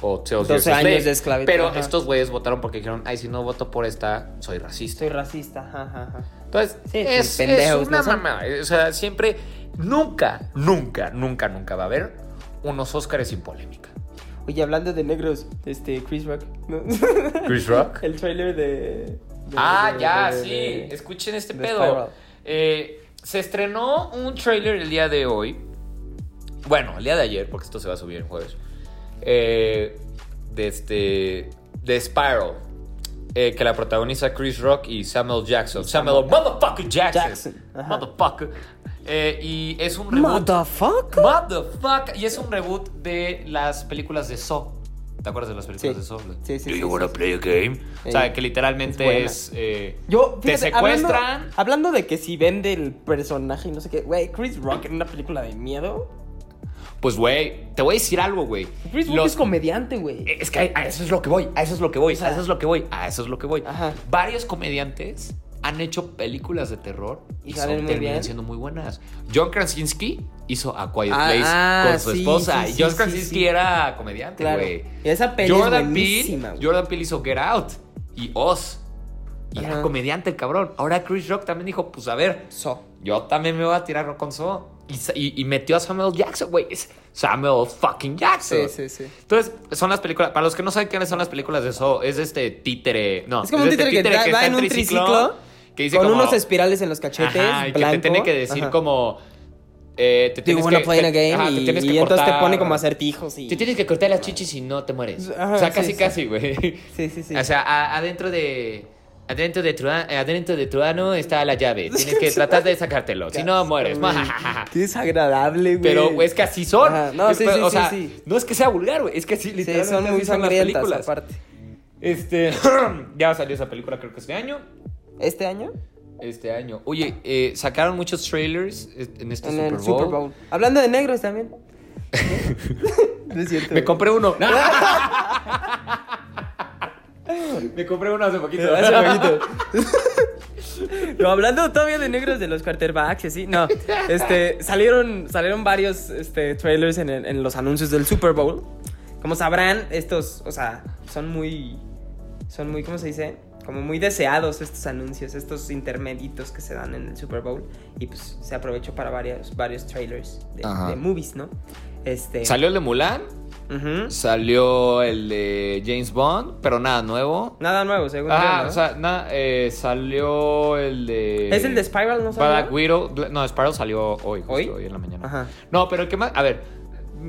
Speaker 2: O 12
Speaker 3: 12 años de esclavitud,
Speaker 2: Pero
Speaker 3: ajá.
Speaker 2: estos güeyes votaron porque dijeron, ay, si no voto por esta, soy racista.
Speaker 3: Soy racista. Ajá, ajá, ajá.
Speaker 2: Entonces,
Speaker 3: Sí,
Speaker 2: es,
Speaker 3: sí, pendejos,
Speaker 2: es una
Speaker 3: ¿no son?
Speaker 2: mamá. O sea, siempre, nunca, nunca, nunca, nunca va a haber unos Óscares sin polémica.
Speaker 3: Oye, hablando de negros, este, Chris Rock. ¿no? <laughs>
Speaker 2: Chris Rock.
Speaker 3: el trailer de. de-
Speaker 2: ah,
Speaker 3: de-
Speaker 2: ya,
Speaker 3: <laughs> de- de-
Speaker 2: sí.
Speaker 3: de-
Speaker 2: Escuchen este
Speaker 3: de
Speaker 2: pedo.
Speaker 3: Spiral.
Speaker 2: Eh, se estrenó un trailer el día de hoy. Bueno, el día de ayer, porque esto se va a subir el jueves. Eh, de este. De Spiral. eh, que la protagoniza Chris Rock y Samuel Jackson. Samuel, motherfucker Jackson.
Speaker 3: Jackson, ajá.
Speaker 2: Motherfucker. Eh, y es un reboot.
Speaker 3: Motherfucker.
Speaker 2: Motherfucker. Y es un reboot de las películas de Saw. ¿Te acuerdas de las películas
Speaker 3: Sí.
Speaker 2: de Saw? güey? Do
Speaker 3: Sí, sí, sí,
Speaker 2: you
Speaker 3: sí,
Speaker 2: wanna
Speaker 3: sí.
Speaker 2: play a game? o sea,
Speaker 3: Ey.
Speaker 2: que literalmente es.
Speaker 3: Es
Speaker 2: eh,
Speaker 3: Yo,
Speaker 2: te
Speaker 3: fíjate, hablando-
Speaker 2: secuestran.
Speaker 3: Hablando, de que si vende el personaje y no sé qué, güey, Chris Rock en una película de miedo.
Speaker 2: Pues, güey, te voy a decir algo, güey.
Speaker 3: Chris Rock
Speaker 2: Los-
Speaker 3: es comediante, güey.
Speaker 2: Eh, Es que a eso es lo que voy, a eso es lo que voy, a eso es lo que voy, a eso es lo que voy.
Speaker 3: Ajá.
Speaker 2: Varios comediantes han hecho películas de terror y,
Speaker 3: Y
Speaker 2: son,
Speaker 3: salen muy
Speaker 2: terminan
Speaker 3: bien.
Speaker 2: siendo muy buenas. John Krasinski hizo A Quiet
Speaker 3: Ah,
Speaker 2: Place
Speaker 3: ah,
Speaker 2: con su
Speaker 3: sí,
Speaker 2: esposa.
Speaker 3: sí,
Speaker 2: y
Speaker 3: sí,
Speaker 2: John
Speaker 3: sí,
Speaker 2: Krasinski
Speaker 3: sí.
Speaker 2: era comediante,
Speaker 3: Claro.
Speaker 2: güey.
Speaker 3: Y esa peli es
Speaker 2: Jordan Peele,
Speaker 3: buenísima, güey.
Speaker 2: Jordan Peele hizo Get Out y Oz. Y era
Speaker 3: Ajá.
Speaker 2: comediante el cabrón. Ahora Chris Rock también dijo, pues a ver,
Speaker 3: So.
Speaker 2: yo también me voy a tirar con So. Y, sa- y- y metió a Samuel Jackson, güey. Es Samuel fucking Jackson.
Speaker 3: Sí, sí, sí.
Speaker 2: Entonces, son las películas. Para los que no saben quiénes son las películas de So, es este títere. No,
Speaker 3: Es como un
Speaker 2: este
Speaker 3: títere que va- va
Speaker 2: está
Speaker 3: en un
Speaker 2: Que dice
Speaker 3: Con
Speaker 2: como,
Speaker 3: unos espirales en los cachetes.
Speaker 2: ajá, y que te
Speaker 3: blanco.
Speaker 2: tiene que decir
Speaker 3: Ajá.
Speaker 2: como. Eh, te
Speaker 3: Do you
Speaker 2: tienes
Speaker 3: wanna
Speaker 2: que,
Speaker 3: play in a
Speaker 2: te-
Speaker 3: game?
Speaker 2: ajá, te
Speaker 3: y
Speaker 2: tienes que
Speaker 3: y entonces te
Speaker 2: cortar-
Speaker 3: pone como acertijos y.
Speaker 2: Te tienes que cortar las chichis y no te mueres.
Speaker 3: Ajá,
Speaker 2: o sea,
Speaker 3: sí,
Speaker 2: casi,
Speaker 3: sí.
Speaker 2: casi, güey.
Speaker 3: Sí, sí, sí.
Speaker 2: O sea, a- adentro de. Adentro de, Truan- eh, adentro de Truano está la llave. Tienes
Speaker 3: <laughs>
Speaker 2: que tratar de sacártelo. Si no, mueres. <laughs>
Speaker 3: Qué desagradable, güey.
Speaker 2: Pero güey, es que así son.
Speaker 3: Ajá, no,
Speaker 2: Es-
Speaker 3: sí,
Speaker 2: pero,
Speaker 3: sí,
Speaker 2: o
Speaker 3: sí,
Speaker 2: sea,
Speaker 3: sí.
Speaker 2: no es que sea vulgar, güey. Es que sí,
Speaker 3: Sí,
Speaker 2: literalmente
Speaker 3: son
Speaker 2: así
Speaker 3: muy
Speaker 2: son las
Speaker 3: sangrientas,
Speaker 2: películas.
Speaker 3: aparte.
Speaker 2: Este, <clears throat> ya salió esa película creo que este año.
Speaker 3: ¿Este año?
Speaker 2: Este año. Oye, eh, sacaron muchos trailers eh, en este
Speaker 3: en
Speaker 2: Super,
Speaker 3: el
Speaker 2: Bowl.
Speaker 3: Super Bowl. Hablando de
Speaker 2: <laughs>
Speaker 3: negros también. <laughs> no es cierto.
Speaker 2: Me
Speaker 3: güey.
Speaker 2: compré
Speaker 3: <laughs>
Speaker 2: uno. Me compré uno hace poquito.
Speaker 3: Hace poquito. <laughs> No, hablando todavía de negros de los quarterbacks y así, no. Este, salieron, salieron varios este, trailers en, el- en los anuncios del Super Bowl. Como sabrán, estos, o sea, son muy. Son muy, ¿cómo se dice? Como muy deseados estos anuncios, estos intermeditos que se dan en el Super Bowl. Y pues se aprovechó para varios, varios trailers de,
Speaker 2: Ajá.
Speaker 3: de movies, ¿no? Este.
Speaker 2: Salió el de Mulan.
Speaker 3: Ujú.
Speaker 2: Salió el de James Bond, pero nada nuevo.
Speaker 3: Nada nuevo, según
Speaker 2: Ah,
Speaker 3: yo, ¿no?
Speaker 2: o sea, eh, na- eh, salió el de.
Speaker 3: ¿Es el de Spiral, no salió?
Speaker 2: Black Widow. Bla- No, Spiral salió hoy, justo
Speaker 3: ¿Hoy?
Speaker 2: ¿Hoy? en la mañana.
Speaker 3: Ajá.
Speaker 2: No, pero ¿qué más? A ver,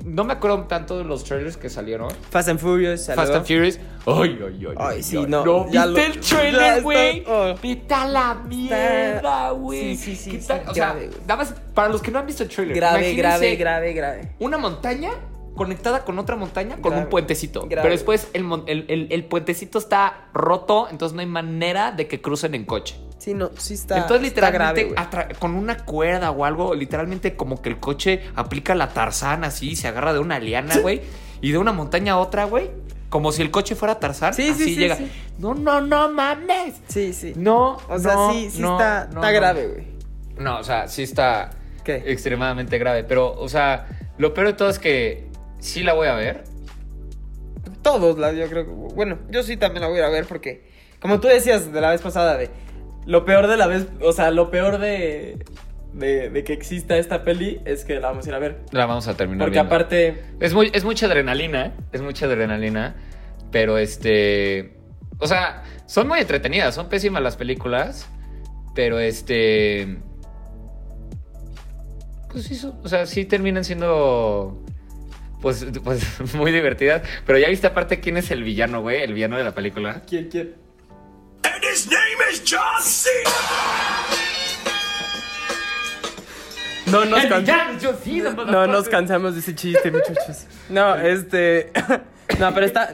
Speaker 2: no me acuerdo tanto de los trailers que salieron.
Speaker 3: Fast and Furious, salió.
Speaker 2: Fast and Furious. Ay, ay, ay.
Speaker 3: Ay, sí, no,
Speaker 2: ¿No viste
Speaker 3: ya lo-
Speaker 2: el
Speaker 3: ya está-
Speaker 2: trailer, güey?
Speaker 3: oh.
Speaker 2: Vete a la mierda, güey.
Speaker 3: Sí, sí, sí,
Speaker 2: ¿Qué
Speaker 3: sí,
Speaker 2: tal? O sea,
Speaker 3: grave, güey.
Speaker 2: nada más, para los que no han visto el trailer,
Speaker 3: Grave, grave,
Speaker 2: imagínense
Speaker 3: grave, grave.
Speaker 2: una montaña conectada con otra montaña con
Speaker 3: Grave,
Speaker 2: un puentecito.
Speaker 3: grave.
Speaker 2: Pero después el, mon- el- el- el puentecito está roto, entonces no hay manera de que crucen en coche.
Speaker 3: Sí, no, sí está.
Speaker 2: entonces
Speaker 3: está
Speaker 2: literalmente
Speaker 3: grave, güey.
Speaker 2: atra- con una cuerda o algo, literalmente como que el coche aplica la tarzana así, se agarra de una liana, güey, y de una montaña a otra, güey. Como si el coche fuera Tarzán,
Speaker 3: Sí, sí,
Speaker 2: así
Speaker 3: sí,
Speaker 2: llega.
Speaker 3: sí.
Speaker 2: No, no, no mames.
Speaker 3: Sí, sí.
Speaker 2: No,
Speaker 3: O sea,
Speaker 2: no,
Speaker 3: sí, sí
Speaker 2: no,
Speaker 3: está,
Speaker 2: no,
Speaker 3: está
Speaker 2: no.
Speaker 3: grave, güey.
Speaker 2: No, o sea, sí está
Speaker 3: ¿Qué?
Speaker 2: extremadamente grave. Pero, o sea, lo peor de todo es que sí la voy a ver.
Speaker 3: Todos la, yo creo que. Bueno, yo sí también la voy a ir a ver porque. Como tú decías de la vez pasada, de. Lo peor de la vez. O sea, lo peor de. De, de que exista esta peli es que la vamos a ir a ver.
Speaker 2: La vamos a terminar.
Speaker 3: Porque
Speaker 2: viendo.
Speaker 3: aparte.
Speaker 2: Es, muy, es mucha adrenalina, ¿eh? es mucha adrenalina. Pero este. O sea, son muy entretenidas, son pésimas las películas. Pero este. Pues sí, son- o sea, sí terminan siendo. Pues, pues <laughs> muy divertidas. Pero ya viste aparte quién es el villano, güey. El villano de la película.
Speaker 3: ¿Quién, quién? No <laughs> nos, can-
Speaker 2: yo sí,
Speaker 3: no nos cansamos de ese chiste, muchachos. No, este. <laughs> No, pero está.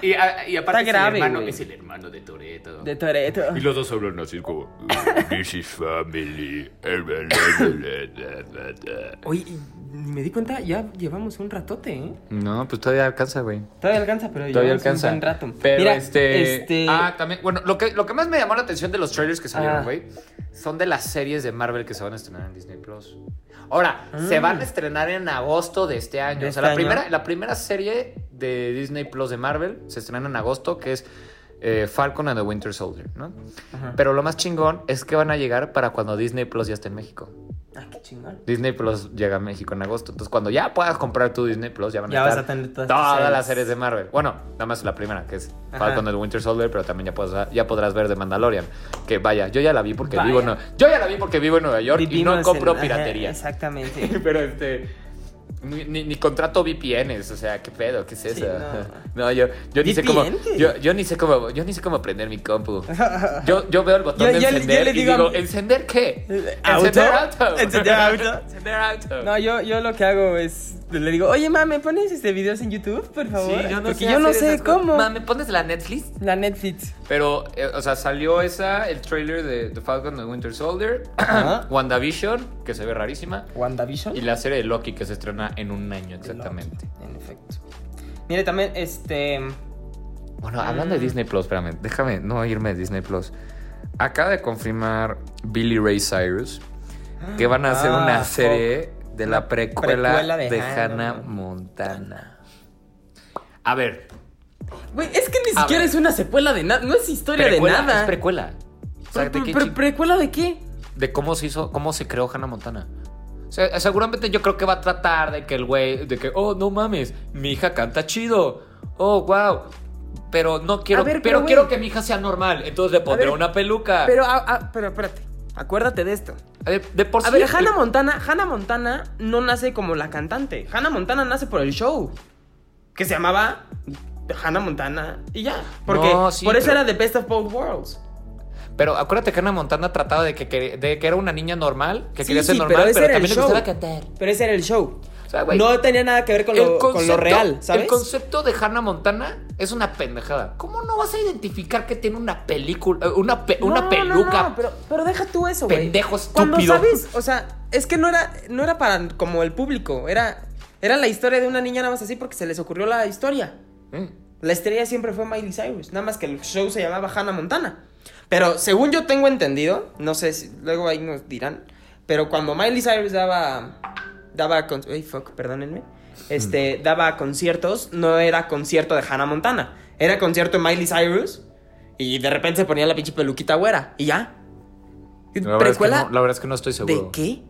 Speaker 2: Y, a- y aparte
Speaker 3: Está
Speaker 2: es,
Speaker 3: grave,
Speaker 2: el hermano,
Speaker 3: güey.
Speaker 2: es el hermano de Toreto.
Speaker 3: De Toreto.
Speaker 7: Y los dos hablan así como "Uh, This is family
Speaker 3: Oye, y me di cuenta, ya llevamos un ratote, ¿eh?
Speaker 2: No, pues todavía alcanza, güey.
Speaker 3: Todavía alcanza, pero
Speaker 2: Todavía
Speaker 3: llevamos
Speaker 2: alcanza.
Speaker 3: un buen rato.
Speaker 2: Pero
Speaker 3: Mira,
Speaker 2: este,
Speaker 3: este-
Speaker 2: Ah, también. Bueno, lo que, lo que más me llamó la atención de los trailers que
Speaker 3: Ah.
Speaker 2: salieron, güey, son de las series de Marvel que se van a estrenar en Disney Plus. Ahora, se van a estrenar en agosto de este año.
Speaker 3: Ah. De
Speaker 2: o sea,
Speaker 3: este
Speaker 2: la,
Speaker 3: año.
Speaker 2: Primera, la primera serie de Disney Plus de Marvel se estrena en agosto, que es. eh, Falcon and the Winter Soldier, ¿no? Pero lo más chingón es que van a llegar para cuando Disney Plus ya esté en México.
Speaker 3: Ah, qué chingón.
Speaker 2: Disney Plus llega a México en agosto. Entonces, cuando ya puedas comprar tu Disney Plus, ya van
Speaker 3: Ya
Speaker 2: a estar
Speaker 3: vas a tener todas tus
Speaker 2: todas
Speaker 3: series.
Speaker 2: las series de Marvel. Bueno, nada más la primera, que es
Speaker 3: Ajá.
Speaker 2: Falcon and the Winter Soldier, pero también ya podrás, ya podrás ver The Mandalorian. Que vaya, yo ya la vi porque
Speaker 3: Vaya.
Speaker 2: vivo en Nueva Yo ya la vi porque vivo en Nueva York y no
Speaker 3: Vivimos
Speaker 2: compro
Speaker 3: en- ajá,
Speaker 2: piratería.
Speaker 3: exactamente.
Speaker 2: <laughs> pero este. Ni, ni- ni contrato VPNs, o sea, qué pedo, qué es eso. <laughs> no. yo, yo ni sé cómo.
Speaker 3: ¿VPN qué?
Speaker 2: Yo, yo ni sé cómo. Yo ni sé cómo prender mi compu. Yo, yo veo el botón
Speaker 3: Yo-
Speaker 2: de
Speaker 3: yo le- yo
Speaker 2: encender
Speaker 3: le
Speaker 2: y
Speaker 3: digo a
Speaker 2: digo,
Speaker 3: mi-
Speaker 2: ¿encender qué?
Speaker 3: ¿Auto?
Speaker 2: Encender auto.
Speaker 3: <laughs> Encender auto.
Speaker 2: <laughs> Encender auto.
Speaker 3: <laughs> No, yo, yo lo que hago es. Le digo, oye, ma, ¿me pones este videos en YouTube, por favor? Porque yo no sé cómo.
Speaker 2: Ma, ¿me pones la Netflix?
Speaker 3: La Netflix.
Speaker 2: Pero, eh, o sea, salió esa, el trailer de The Falcon and Winter Soldier,
Speaker 3: Ajá.
Speaker 2: WandaVision, que se ve rarísima,
Speaker 3: WandaVision.
Speaker 2: y la serie de Loki que se estrena en un año exactamente.
Speaker 3: En efecto. Mire, también, este.
Speaker 2: Bueno, hablando de
Speaker 3: Mm.
Speaker 2: Disney Plus, espérame, déjame no irme de Disney Plus. Acaba de confirmar Billy Ray Cyrus que van a hacer
Speaker 3: Ah,
Speaker 2: una
Speaker 3: fuck.
Speaker 2: serie de la precuela,
Speaker 3: precuela de
Speaker 2: de,
Speaker 3: Hannah
Speaker 2: Hannah Montana. A ver,
Speaker 3: Güey, es que ni
Speaker 2: A
Speaker 3: siquiera
Speaker 2: ver.
Speaker 3: es una secuela de nada. No es historia
Speaker 2: precuela,
Speaker 3: de nada.
Speaker 2: es precuela. O sea,
Speaker 3: Pero-
Speaker 2: ¿de, qué
Speaker 3: pero-
Speaker 2: chi-
Speaker 3: ¿Precuela de qué?
Speaker 2: de cómo se hizo, cómo se creó Hannah Montana. O sea, seguramente yo creo que va a tratar de que el güey, de que, oh, no mames, mi hija canta chido. Oh, wow. Pero no quiero,
Speaker 3: ver, pero,
Speaker 2: pero,
Speaker 3: güey.
Speaker 2: quiero que mi hija sea normal. Entonces le pondré
Speaker 3: ver,
Speaker 2: una peluca.
Speaker 3: Pero, ah, ah, pero espérate. Acuérdate de esto.
Speaker 2: A ver, de por
Speaker 3: A
Speaker 2: sí-
Speaker 3: ver, Hannah Montana, Hannah Montana no nace como la cantante. Hannah Montana nace por el show. Que se llamaba Hannah Montana y ya. Porque
Speaker 2: No, sí,
Speaker 3: por eso
Speaker 2: pero-
Speaker 3: era The Best of Both Worlds.
Speaker 2: Pero acuérdate que Hannah Montana trataba de que, que- de que era una niña normal, que
Speaker 3: Sí,
Speaker 2: quería ser
Speaker 3: sí,
Speaker 2: normal,
Speaker 3: pero
Speaker 2: pero,
Speaker 3: ese era el
Speaker 2: también le
Speaker 3: show.
Speaker 2: gustaba cantar.
Speaker 3: Pero ese era el show.
Speaker 2: O sea, güey,
Speaker 3: no tenía nada que ver con
Speaker 2: el
Speaker 3: lo, con lo
Speaker 2: concepto-
Speaker 3: real, ¿sabes?
Speaker 2: El concepto de Hannah Montana es una pendejada. ¿Cómo no vas a identificar que tiene una película, eh, una, pe-
Speaker 3: No,
Speaker 2: una
Speaker 3: no,
Speaker 2: peluca?
Speaker 3: no, pero, pero deja tú eso, güey.
Speaker 2: Pendejo
Speaker 3: Cuando
Speaker 2: estúpido.
Speaker 3: sabes, o sea, es que no era, no era para como el público, era, era la historia de una niña nada más así porque se les ocurrió la historia.
Speaker 2: Mm.
Speaker 3: La estrella siempre fue Miley Cyrus, nada más que el show se llamaba Hannah Montana. Pero según yo tengo entendido, no sé si luego ahí nos dirán, pero cuando Miley Cyrus daba daba con- ay, fuck, perdónenme. Este,
Speaker 2: Mm.
Speaker 3: daba conciertos, no era concierto de Hannah Montana, era concierto de Miley Cyrus y de repente se ponía la pinche peluquita güera y ya.
Speaker 2: La verdad, es que
Speaker 3: ¿Precuela?
Speaker 2: no, la verdad es que no estoy seguro.
Speaker 3: ¿De qué?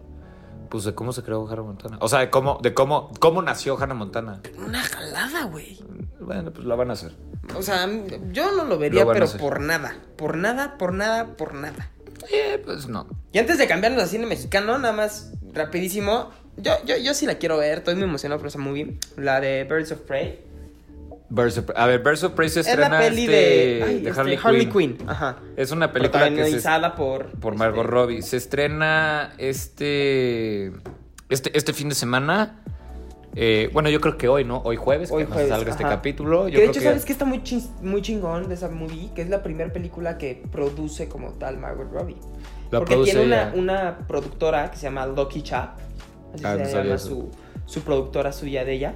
Speaker 2: Pues de cómo se creó Hannah Montana. O sea, de cómo, de cómo, cómo nació Hannah Montana.
Speaker 3: Una jalada, güey.
Speaker 2: Bueno, pues la van a hacer.
Speaker 3: O sea, yo no lo vería,
Speaker 2: Lo van a
Speaker 3: pero
Speaker 2: hacer.
Speaker 3: por nada. Por nada, por nada, por nada.
Speaker 2: Eh, pues no.
Speaker 3: Y antes de cambiarnos a cine mexicano, nada más rapidísimo. Yo, yo, yo sí la quiero ver, estoy muy emocionado por esa movie. La de Birds of Prey.
Speaker 2: Birds of Prey- a ver, Birds of Prey se
Speaker 3: Es
Speaker 2: estrena
Speaker 3: la peli
Speaker 2: este-
Speaker 3: de, ay,
Speaker 2: de
Speaker 3: este,
Speaker 2: Harley, Quinn.
Speaker 3: Ajá.
Speaker 2: Es una película que se,
Speaker 3: Protagonizada por.
Speaker 2: por Margot
Speaker 3: este,
Speaker 2: Robbie. Se estrena este este, este fin de semana. Eh, bueno, yo creo que hoy, ¿no? Hoy jueves,
Speaker 3: Hoy
Speaker 2: que
Speaker 3: jueves,
Speaker 2: salga este
Speaker 3: ajá.
Speaker 2: capítulo.
Speaker 3: Que
Speaker 2: Yo
Speaker 3: de
Speaker 2: creo
Speaker 3: hecho,
Speaker 2: que-
Speaker 3: ¿sabes que está muy, chis- muy chingón de esa movie? Que es la primera película que produce como tal Margot Robbie.
Speaker 2: La
Speaker 3: Porque
Speaker 2: produce
Speaker 3: tiene una,
Speaker 2: ella.
Speaker 3: una productora que se llama Lucky Chap. Así
Speaker 2: Ah,
Speaker 3: se
Speaker 2: no sabía
Speaker 3: llama
Speaker 2: eso.
Speaker 3: su, su productora suya de ella.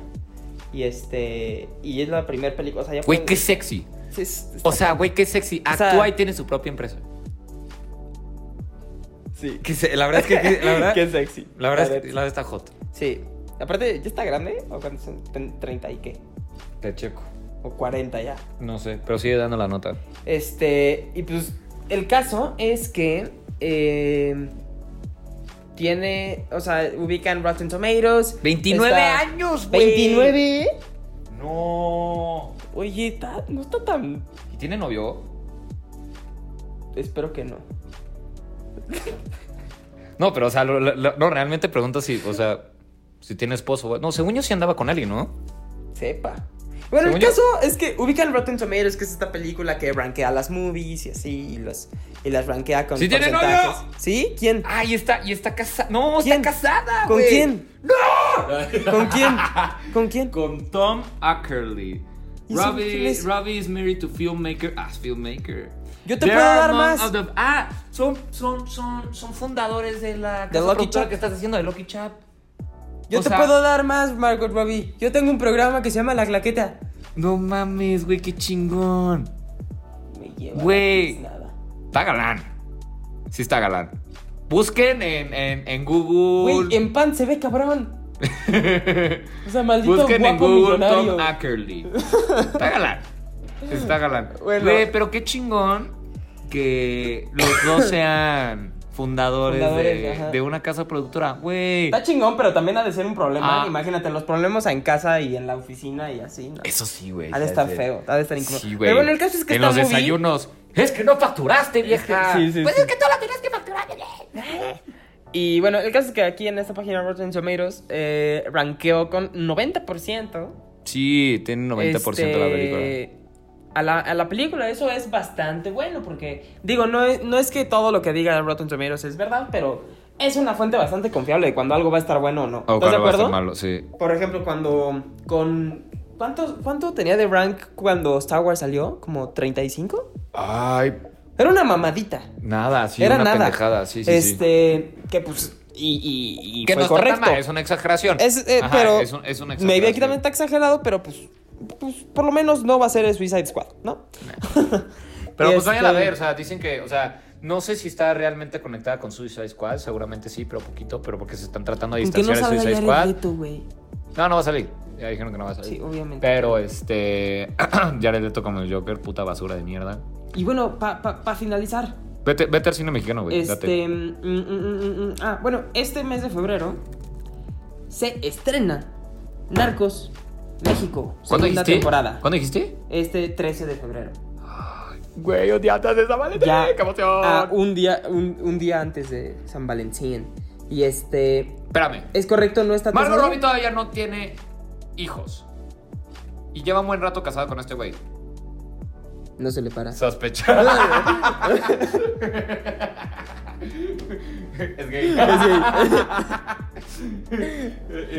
Speaker 3: Y este. Y es la primera película. O sea, ya
Speaker 2: Güey,
Speaker 3: fue-
Speaker 2: qué sexy.
Speaker 3: Sí, es-
Speaker 2: O sea, güey, qué sexy.
Speaker 3: O sea-
Speaker 2: Actúa y tiene su propia empresa.
Speaker 3: sí.
Speaker 2: Que se- la verdad es que, que- <laughs> la verdad,
Speaker 3: Qué sexy.
Speaker 2: la verdad, es-
Speaker 3: neta.
Speaker 2: la verdad está hot.
Speaker 3: Sí. Aparte, ¿ya está grande? ¿O cuántos son? Ten- ¿30 y qué?
Speaker 2: Te checo.
Speaker 3: ¿O 40 ya?
Speaker 2: No sé, pero sigue dando la nota.
Speaker 3: Este, y pues el caso es que eh, tiene, o sea, ubican Rotten Tomatoes.
Speaker 2: 29
Speaker 3: está-
Speaker 2: años, güey.
Speaker 3: 29.
Speaker 2: No.
Speaker 3: Oye, está- no está tan...
Speaker 2: ¿Y tiene novio?
Speaker 3: Espero que no.
Speaker 2: No, pero, o sea, lo- lo- lo- no, realmente pregunto si, o sea, si tiene esposo. güey. No, según yo sí andaba con alguien, ¿no?
Speaker 3: Sepa. Bueno,
Speaker 2: Según
Speaker 3: el
Speaker 2: yo-
Speaker 3: caso es que ubican Rotten Tomatoes, que es esta película que rankea las movies y así, y, los, y las rankea con
Speaker 2: ¿Sí tiene novio?
Speaker 3: porcentajes. ¿Sí? ¿Quién?
Speaker 2: Ah, y está, y está casada. No,
Speaker 3: ¿Quién?
Speaker 2: está casada,
Speaker 3: ¿Con
Speaker 2: güey.
Speaker 3: quién? ¡No! ¿Con quién? ¿Con quién?
Speaker 2: Con Tom Ackerley.
Speaker 3: ¿Y ese quién
Speaker 2: Robbie,
Speaker 3: es?
Speaker 2: Robbie is married to filmmaker. Ah, es filmmaker.
Speaker 3: Yo te
Speaker 2: They
Speaker 3: puedo
Speaker 2: are
Speaker 3: dar
Speaker 2: among
Speaker 3: más.
Speaker 2: of the- ah, son, son, son, son fundadores de la casa
Speaker 3: Lucky
Speaker 2: productora
Speaker 3: Chap.
Speaker 2: que estás haciendo de Lucky Chap.
Speaker 3: Yo
Speaker 2: O
Speaker 3: te
Speaker 2: sea-
Speaker 3: puedo dar más, Margot Robbie. Yo tengo un programa que se llama La Claqueta.
Speaker 2: No mames, güey, qué chingón.
Speaker 3: Me lleva
Speaker 2: Güey.
Speaker 3: pues, nada.
Speaker 2: Está galán. Sí está galán. Busquen en, en, en Google.
Speaker 3: Güey, en pan se
Speaker 2: <laughs>
Speaker 3: ve cabrón. O sea, maldito
Speaker 2: Busquen en
Speaker 3: guapo
Speaker 2: Google
Speaker 3: millonario.
Speaker 2: Tom Ackerley. Está galán. Está galán.
Speaker 3: <laughs> Bueno.
Speaker 2: Güey, pero qué chingón que los dos
Speaker 3: <laughs>
Speaker 2: sean fundadores,
Speaker 3: Fundadores,
Speaker 2: de,
Speaker 3: ajá.
Speaker 2: de una casa productora. Güey.
Speaker 3: Está chingón, pero también ha de ser un problema.
Speaker 2: Ah.
Speaker 3: Imagínate, los problemas en casa y en la oficina y así, ¿no?
Speaker 2: Eso sí, güey.
Speaker 3: Ha de
Speaker 2: ya
Speaker 3: estar
Speaker 2: sé.
Speaker 3: feo, ha de estar incómodo.
Speaker 2: Sí, güey.
Speaker 3: pero bueno, el caso es que
Speaker 2: En
Speaker 3: esta
Speaker 2: los
Speaker 3: movie-
Speaker 2: desayunos. Es que no facturaste, vieja.
Speaker 3: Sí, sí,
Speaker 2: pues
Speaker 3: sí.
Speaker 2: es que tú la tenías que facturar. bebé.
Speaker 3: Y bueno, el caso es que aquí en esta página Rotten Tomatoes eh, ranqueó con 90%.
Speaker 2: Sí, tiene 90% la película.
Speaker 3: Este, A la, a la película, eso es bastante bueno porque, digo, no es, no es que todo lo que diga Rotten Tomatoes es verdad, pero es una fuente bastante confiable de cuando algo va a estar bueno o no.
Speaker 2: O
Speaker 3: ¿Estás de
Speaker 2: cuando va a ser
Speaker 3: acuerdo?
Speaker 2: malo, sí.
Speaker 3: Por ejemplo, cuando con... ¿Cuánto, ¿Cuánto tenía de rank cuando Star Wars salió? ¿Como 35?
Speaker 2: Ay,
Speaker 3: Era una mamadita.
Speaker 2: nada, sí,
Speaker 3: Era
Speaker 2: una
Speaker 3: nada.
Speaker 2: pendejada, sí, sí, sí.
Speaker 3: este, que pues... Y, y, y
Speaker 2: que
Speaker 3: fue
Speaker 2: no está tan
Speaker 3: correcto.
Speaker 2: mal, es una exageración.
Speaker 3: Es, eh,
Speaker 2: Ajá,
Speaker 3: pero
Speaker 2: es, un- es una
Speaker 3: me vi aquí
Speaker 2: exageración.
Speaker 3: también está exagerado, pero pues, pues por lo menos no va a ser el Suicide Squad, ¿no?
Speaker 2: Pero pues
Speaker 3: Este-
Speaker 2: vayan a ver, o sea, dicen que, o sea, no sé si está realmente conectada con Suicide Squad, seguramente sí, pero poquito, pero porque se están tratando de
Speaker 3: Con que no
Speaker 2: distanciar de
Speaker 3: salga
Speaker 2: Suicide
Speaker 3: Jared
Speaker 2: Squad.
Speaker 3: Leto, güey.
Speaker 2: No, no va a salir. Ya dijeron que no va a salir.
Speaker 3: Sí, obviamente.
Speaker 2: Pero este. <clears throat> Jared Leto como el Joker, puta basura de mierda.
Speaker 3: Y bueno, para pa, pa finalizar,
Speaker 2: Vete, vete al cine mexicano, güey.
Speaker 3: este.
Speaker 2: date.
Speaker 3: mm, mm, mm, mm, ah, bueno, este mes de febrero se estrena Narcos México,
Speaker 2: ¿Cuándo
Speaker 3: segunda
Speaker 2: dijiste?
Speaker 3: temporada.
Speaker 2: ¿Cuándo dijiste?
Speaker 3: Este 13 de febrero.
Speaker 2: Güey, odiatas de esa
Speaker 3: Ya.
Speaker 2: <laughs> ¡Qué emoción!
Speaker 3: Ah, un, día, un, un día antes de San Valentín. Y este.
Speaker 2: Espérame.
Speaker 3: ¿Es correcto? ¿No está
Speaker 2: Margot
Speaker 3: atrasado?
Speaker 2: Robbie todavía no tiene hijos. Y lleva un buen rato casada con este güey.
Speaker 3: No se le para.
Speaker 2: Sospechado. Ah, es gay.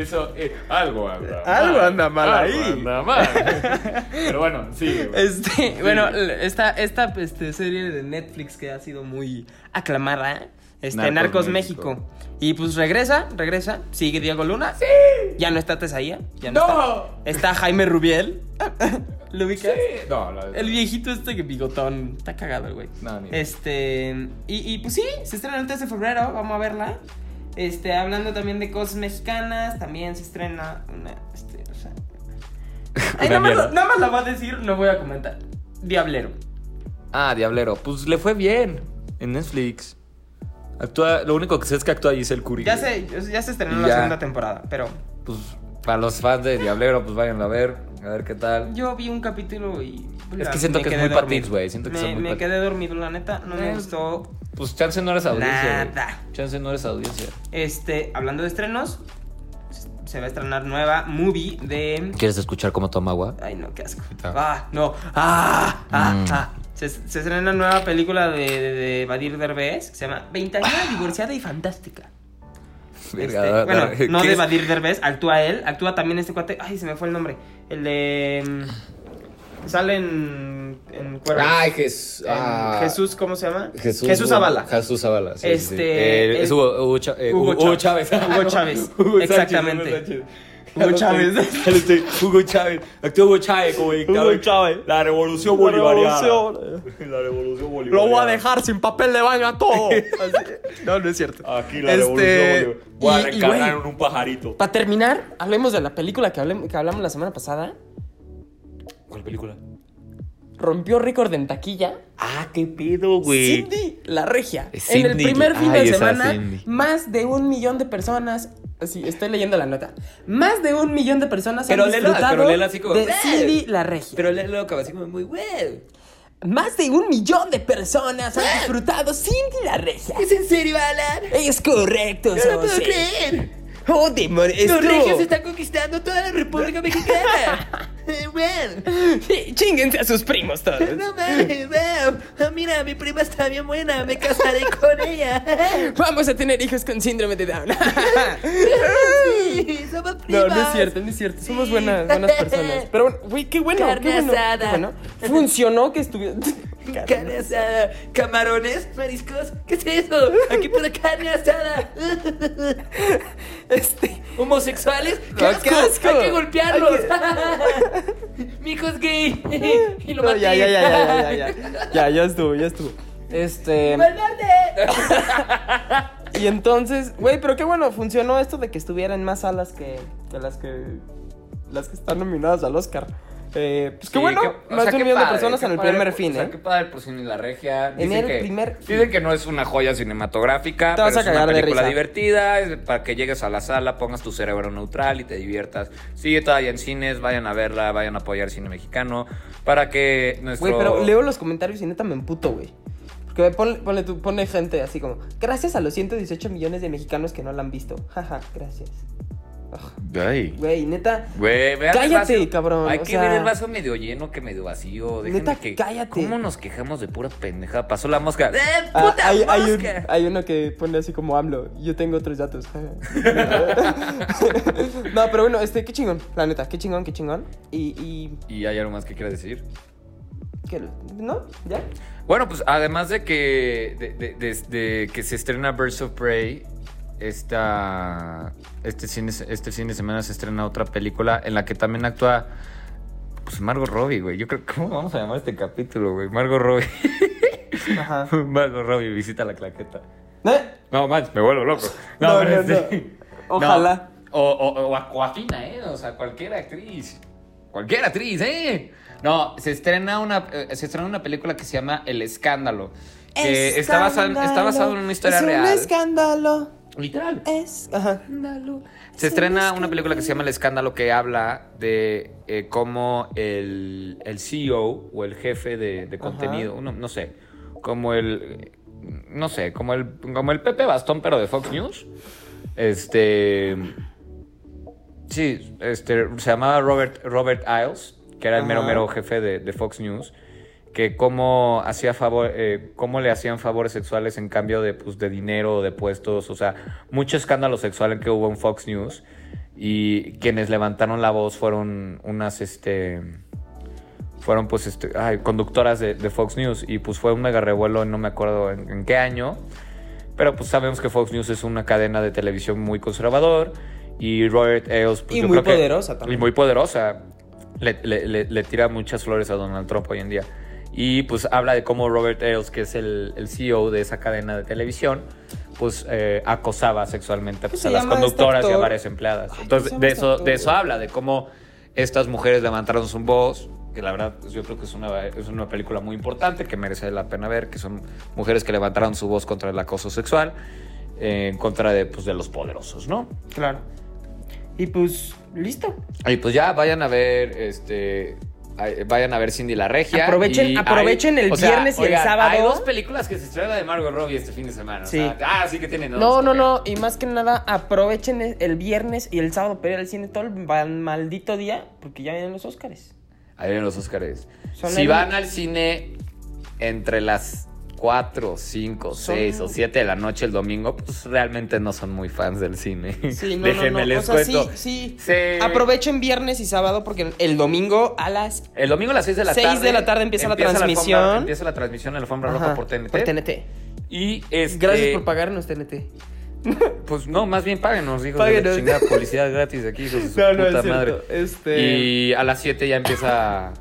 Speaker 2: <laughs> Eso, eh, algo anda mal.
Speaker 3: Algo anda mal
Speaker 2: Algo
Speaker 3: ahí.
Speaker 2: anda mal. Pero bueno, sí.
Speaker 3: Este, bueno, l- esta, esta este, serie de Netflix que ha sido muy aclamada, este, Narcos,
Speaker 2: Narcos
Speaker 3: México.
Speaker 2: México.
Speaker 3: Y pues regresa, regresa, sigue Diego Luna. Sí. Ya no está Tesaía, ya no,
Speaker 2: ¡No!
Speaker 3: está. Está Jaime Rubiel. <laughs> ¿Lo ubicas?
Speaker 2: No, la
Speaker 3: El viejito este que bigotón, está cagado el güey.
Speaker 2: No, ni idea.
Speaker 3: Este, y, y, pues sí, se estrena el 3 de febrero, vamos a verla. Este, hablando también de cosas mexicanas, también se estrena una, este, o
Speaker 2: <laughs>
Speaker 3: sea... Ay,
Speaker 2: Una
Speaker 3: nada, más,
Speaker 2: mierda.
Speaker 3: nada más la voy a decir, no voy a comentar. Diablero.
Speaker 2: Ah, Diablero. Pues le fue bien en Netflix. Actúa, lo único que sé es que actúa Giselle Curry.
Speaker 4: Ya
Speaker 2: güey.
Speaker 4: se, ya se estrenó
Speaker 2: Y
Speaker 4: la
Speaker 2: ya.
Speaker 4: segunda temporada, pero
Speaker 2: Pues, para los fans de Diablero, pues vayan a ver, a ver qué tal.
Speaker 4: yo vi un capítulo y.
Speaker 2: Es
Speaker 4: la-
Speaker 2: que siento
Speaker 4: me
Speaker 2: que es
Speaker 4: quedé
Speaker 2: muy patins,
Speaker 4: dormido.
Speaker 2: güey, siento que
Speaker 4: me,
Speaker 2: son muy Eh.
Speaker 4: me
Speaker 2: pat-
Speaker 4: quedé dormido, la neta, no me gustó.
Speaker 2: Pues chance no eres audiencia, güey.
Speaker 4: Nada.
Speaker 2: Chance no eres audiencia.
Speaker 4: Este, hablando de estrenos, se va a estrenar nueva movie de.
Speaker 2: ¿Quieres escuchar cómo toma agua?
Speaker 4: Ay, no, qué asco.
Speaker 2: está.
Speaker 4: Ah, no. Ah, ah,
Speaker 2: Mm.
Speaker 4: ah. Se, se estrena una nueva película de, de, de Badir Derbez que se llama
Speaker 2: Ah.
Speaker 4: Veinteañera divorciada y fantástica. Este, bueno, no de Badir Derbez, actúa él, actúa también este cuate. Ay, se me fue el nombre. El de. mm, Sale en. en Cuervos.
Speaker 2: Ay, ah. Jesús.
Speaker 4: En Jesús, ¿cómo se llama?
Speaker 2: Ah, Jesús.
Speaker 4: Zavala.
Speaker 2: Jesús Zavala. sí, sí, sí.
Speaker 4: Este,
Speaker 2: Eh, es
Speaker 4: el-
Speaker 2: Hugo, Hugo Cha- eh,
Speaker 4: Hugo
Speaker 2: Hugo- Hugo
Speaker 4: Chávez.
Speaker 2: Chávez.
Speaker 4: Hugo Chávez,
Speaker 2: Hugo Sánchez,
Speaker 4: exactamente.
Speaker 2: Hugo
Speaker 4: Hugo
Speaker 2: Sánchez.
Speaker 4: Chávez. <laughs>
Speaker 2: <laughs> Ya lo estoy- Hugo Chávez. Actúa Hugo Chávez, güey.
Speaker 3: Hugo Chávez.
Speaker 2: La revolución
Speaker 3: La
Speaker 2: bolivariana.
Speaker 3: revolución.
Speaker 2: La revolución bolivariana.
Speaker 3: Lo voy a dejar sin papel de baño a todo. Así- No, no es cierto.
Speaker 2: Aquí la
Speaker 3: Este,
Speaker 2: revolución bolivariana. Voy a
Speaker 3: y- y,
Speaker 2: reencarnar
Speaker 3: güey,
Speaker 2: en un pajarito.
Speaker 3: Para terminar, hablemos de la película que, hablem- que hablamos la semana pasada.
Speaker 2: ¿Cuál película?
Speaker 3: Rompió récord en taquilla.
Speaker 2: Ah, qué pedo,
Speaker 3: Cindy, la regia.
Speaker 2: Es
Speaker 3: En el
Speaker 2: Cindy.
Speaker 3: primer fin
Speaker 2: Ay,
Speaker 3: de
Speaker 2: esa
Speaker 3: semana,
Speaker 2: Cindy.
Speaker 3: más de un millón de personas. Sí, estoy leyendo la nota. Más de un millón de personas
Speaker 2: Pero
Speaker 3: han
Speaker 2: léela,
Speaker 3: disfrutado
Speaker 2: pero léela así como-
Speaker 3: de Cindy la regia.
Speaker 2: Pero le lo acabas así como muy, güey.
Speaker 3: Más de un millón de personas han disfrutado Cindy la regia. ¿Es en serio, Alan? Es correcto, No lo puedo creer. Oh, demonios. Los regios están <laughs>
Speaker 8: Eh,
Speaker 3: conquistando toda la República Mexicana. <laughs> Chinguense a sus primos todos.
Speaker 8: Ah, Mira, mi prima está bien buena, me casaré con ella. <laughs>
Speaker 3: Vamos a tener hijos con síndrome de Down. <laughs>
Speaker 8: Sí, somos
Speaker 3: No, no es
Speaker 8: primas.
Speaker 3: cierto, no es cierto. Somos
Speaker 8: Sí.
Speaker 3: buenas, buenas
Speaker 8: <laughs>
Speaker 3: personas. Pero bueno, güey, qué bueno,
Speaker 8: Carne
Speaker 3: qué bueno, qué
Speaker 8: asada.
Speaker 3: bueno. Funcionó que estuviera. <laughs>
Speaker 8: Carne asada, camarones, mariscos, ¿qué es eso? Aquí pura carne
Speaker 3: <laughs>
Speaker 8: asada.
Speaker 3: Este,
Speaker 8: Homosexuales, qué
Speaker 3: No, qué
Speaker 8: asco,
Speaker 3: asco.
Speaker 8: hay que golpearlos. <laughs> Mi hijo es gay. Y lo
Speaker 3: no,
Speaker 8: maté.
Speaker 3: ya, ya, ya, ya, ya,
Speaker 8: <laughs>
Speaker 3: ya. Ya, ya estuvo, ya estuvo. Este.
Speaker 8: ¡Malverde!
Speaker 3: Y entonces, güey, pero qué bueno, funcionó esto de que estuvieran más salas que, que las que. Las que están nominadas al Oscar. Eh, pues qué
Speaker 2: Sí,
Speaker 3: bueno,
Speaker 2: qué- o
Speaker 3: más
Speaker 2: sea,
Speaker 3: de un
Speaker 2: qué
Speaker 3: millón de
Speaker 2: padre,
Speaker 3: personas
Speaker 2: qué
Speaker 3: en el
Speaker 2: padre,
Speaker 3: primer
Speaker 2: o
Speaker 3: fin,
Speaker 2: sea,
Speaker 3: ¿eh?
Speaker 2: qué padre por Cine La Regia. Dicen
Speaker 3: el
Speaker 2: que,
Speaker 3: primer fin.
Speaker 2: Dicen que no es una joya cinematográfica,
Speaker 3: Te vas
Speaker 2: pero
Speaker 3: a
Speaker 2: es
Speaker 3: cagar
Speaker 2: una
Speaker 3: de
Speaker 2: película
Speaker 3: risa.
Speaker 2: divertida, es para que llegues a la sala, pongas tu cerebro neutral y te diviertas. Sigue todavía en cines, vayan a verla, vayan a apoyar cine mexicano, para que nuestro...
Speaker 3: Güey, pero leo los comentarios y neta me emputo, güey. Porque ponle, ponle tú- pone gente así como, gracias a los 118 millones de mexicanos que no la han visto. Jaja, gracias.
Speaker 7: Ay.
Speaker 3: Güey, neta,
Speaker 2: Güey, vean el
Speaker 3: Cállate,
Speaker 2: vaso.
Speaker 3: cabrón,
Speaker 2: Hay
Speaker 3: o
Speaker 2: que
Speaker 3: sea-
Speaker 2: ver el vaso medio lleno que medio vacío. Déjenme
Speaker 3: Neta,
Speaker 2: que,
Speaker 3: cállate.
Speaker 2: ¿Cómo nos quejamos de pura pendeja? Pasó la mosca. ¡Eh,
Speaker 3: Ah,
Speaker 2: puta
Speaker 3: hay, hay un-
Speaker 2: mosca!
Speaker 3: hay uno que pone así como AMLO, yo tengo otros <laughs> datos. no, pero bueno, este, qué chingón, la neta, qué chingón, qué chingón. Y, y
Speaker 2: ¿Y hay algo más que quieras decir?
Speaker 3: ¿qué? ¿no? ¿Ya?
Speaker 2: Bueno, pues además de que, de, de- de- de que se estrena Birds of Prey, esta, este, fin de, este fin de semana se estrena otra película en la que también actúa pues, Margot Robbie, güey. Yo creo, ¿cómo vamos a llamar este capítulo, güey? Margot Robbie.
Speaker 3: Ajá.
Speaker 2: <laughs> Margot Robbie visita la claqueta.
Speaker 3: ¿Eh?
Speaker 2: No, manches, me vuelvo loco.
Speaker 3: No,
Speaker 2: pero
Speaker 3: no,
Speaker 2: este-
Speaker 3: Ojalá.
Speaker 2: <laughs> No. O, o, o Aquafina, ¿eh? O sea, cualquier actriz. Cualquier actriz, ¿eh? No, se estrena una, eh, se estrena una película que se llama El Escándalo. Que está basado, en- está basado en una historia
Speaker 3: es
Speaker 2: real.
Speaker 3: Un escándalo,
Speaker 2: Literal.
Speaker 3: es. Ajá.
Speaker 2: Se estrena una película que se llama El Escándalo que habla de eh, cómo el, el CEO o el jefe de, de contenido, no, no sé, como el, no sé, como el, como el Pepe Bastón pero de Fox News. Este, sí, este, se llamaba Robert, Robert Iles, que era el mero
Speaker 3: Ajá.
Speaker 2: mero jefe de, de Fox News. Que cómo, hacía favor, eh, cómo le hacían favores sexuales en cambio de, pues, de dinero, de puestos, o sea, mucho escándalo sexual que hubo en Fox News. Y quienes levantaron la voz fueron unas, este, fueron pues, este, ay, conductoras de, de Fox News. Y pues fue un mega revuelo, no me acuerdo en- en qué año. Pero pues sabemos que Fox News es una cadena de televisión muy conservador y Robert Ailes... pues,
Speaker 3: Y
Speaker 2: yo
Speaker 3: muy
Speaker 2: creo que-
Speaker 3: poderosa también.
Speaker 2: Y muy poderosa. Le, le- le- le tira muchas flores a Donald Trump hoy en día. Y pues habla de cómo Robert Ailes, que es el, el CEO de esa cadena de televisión, pues eh, acosaba sexualmente pues,
Speaker 3: se
Speaker 2: a las
Speaker 3: llama este
Speaker 2: conductoras y a
Speaker 3: actor?
Speaker 2: varias empleadas.
Speaker 3: Ay, ¿cómo se
Speaker 2: Entonces
Speaker 3: llama
Speaker 2: de
Speaker 3: este
Speaker 2: eso, de
Speaker 3: actor?
Speaker 2: eso habla, de cómo estas mujeres levantaron su voz
Speaker 1: que la verdad pues, yo creo que es una, es una película muy importante que merece la pena ver, que son mujeres que levantaron su voz contra el acoso sexual, eh, en contra de, pues, de los poderosos, ¿no?
Speaker 2: Claro. Y pues, listo.
Speaker 1: Y pues ya vayan a ver, este, ay, vayan a ver Cindy la Regia.
Speaker 3: Aprovechen-
Speaker 1: y
Speaker 3: aprovechen el viernes y el sábado.
Speaker 1: Hay dos películas que se estrenan de Margot Robbie este fin de semana.
Speaker 3: Sí.
Speaker 1: Sí. ah, sí que tienen. dos,
Speaker 3: No, no,
Speaker 1: ok.
Speaker 3: no. Y más que nada, aprovechen e, el- el viernes y el sábado para ir al cine todo el ba- maldito día, porque ya vienen los Óscares.
Speaker 1: Ahí vienen los Óscares.
Speaker 3: Son
Speaker 1: Si
Speaker 3: el-
Speaker 1: van al cine entre las 4, 5, 6 o 7 de la noche el domingo, pues realmente no son muy fans del cine. <laughs>
Speaker 3: Sí, no,
Speaker 1: Déjenme
Speaker 3: no, no.
Speaker 1: les
Speaker 3: o sea, sí,
Speaker 1: cuento.
Speaker 3: sí.
Speaker 1: Se-
Speaker 3: Aprovechen viernes y sábado porque el domingo a las
Speaker 1: El domingo a las 6 de la
Speaker 3: Seis
Speaker 1: tarde.
Speaker 3: de la tarde empieza la
Speaker 1: alfombra-
Speaker 3: transmisión.
Speaker 1: empieza la transmisión en la alfombra
Speaker 3: Ajá,
Speaker 1: roja por TNT.
Speaker 3: Por TNT.
Speaker 1: Y este,
Speaker 3: Gracias por pagarnos, TNT.
Speaker 1: Pues no, más bien páguenos, hijos de
Speaker 3: Páguenos.
Speaker 1: la chingada publicidad gratis aquí, hijos
Speaker 3: <laughs>
Speaker 1: de su puta madre.
Speaker 3: Este.
Speaker 1: Y a las 7 ya empieza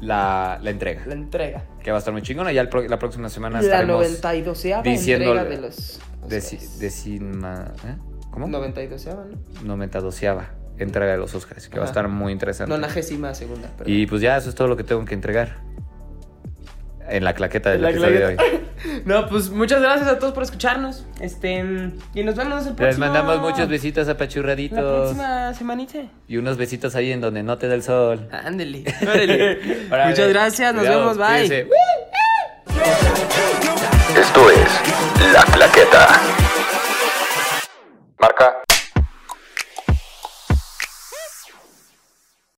Speaker 1: la, la entrega,
Speaker 3: La entrega.
Speaker 1: que va a estar muy chingona. Ya el pro- la próxima semana
Speaker 3: La
Speaker 1: estaremos
Speaker 3: 92 entrega
Speaker 1: diciéndole-
Speaker 3: de los.
Speaker 1: de,
Speaker 3: Óscares.
Speaker 1: ci- de cima- ¿eh? ¿Cómo?
Speaker 3: 92ava, ¿no?
Speaker 1: 92ava entrega de los Oscars, que va a
Speaker 3: Ajá.
Speaker 1: estar muy interesante.
Speaker 3: Nonagésima segunda. perdón.
Speaker 1: y pues ya eso es todo lo que tengo que entregar en la claqueta del
Speaker 3: En la
Speaker 1: episodio
Speaker 3: claqueta.
Speaker 1: de hoy.
Speaker 3: No, pues muchas gracias a todos por escucharnos. Este. Y nos vemos el próximo.
Speaker 1: Les mandamos muchos besitos
Speaker 3: La
Speaker 1: apachurraditos
Speaker 3: próxima semanita.
Speaker 1: y unos besitos ahí en donde no te da el sol.
Speaker 3: Ándele.
Speaker 1: <laughs> Órale.
Speaker 3: Muchas gracias, nos
Speaker 1: Cuidado,
Speaker 3: vemos, bye.
Speaker 1: cuídense.
Speaker 7: Esto es La Claqueta. Marca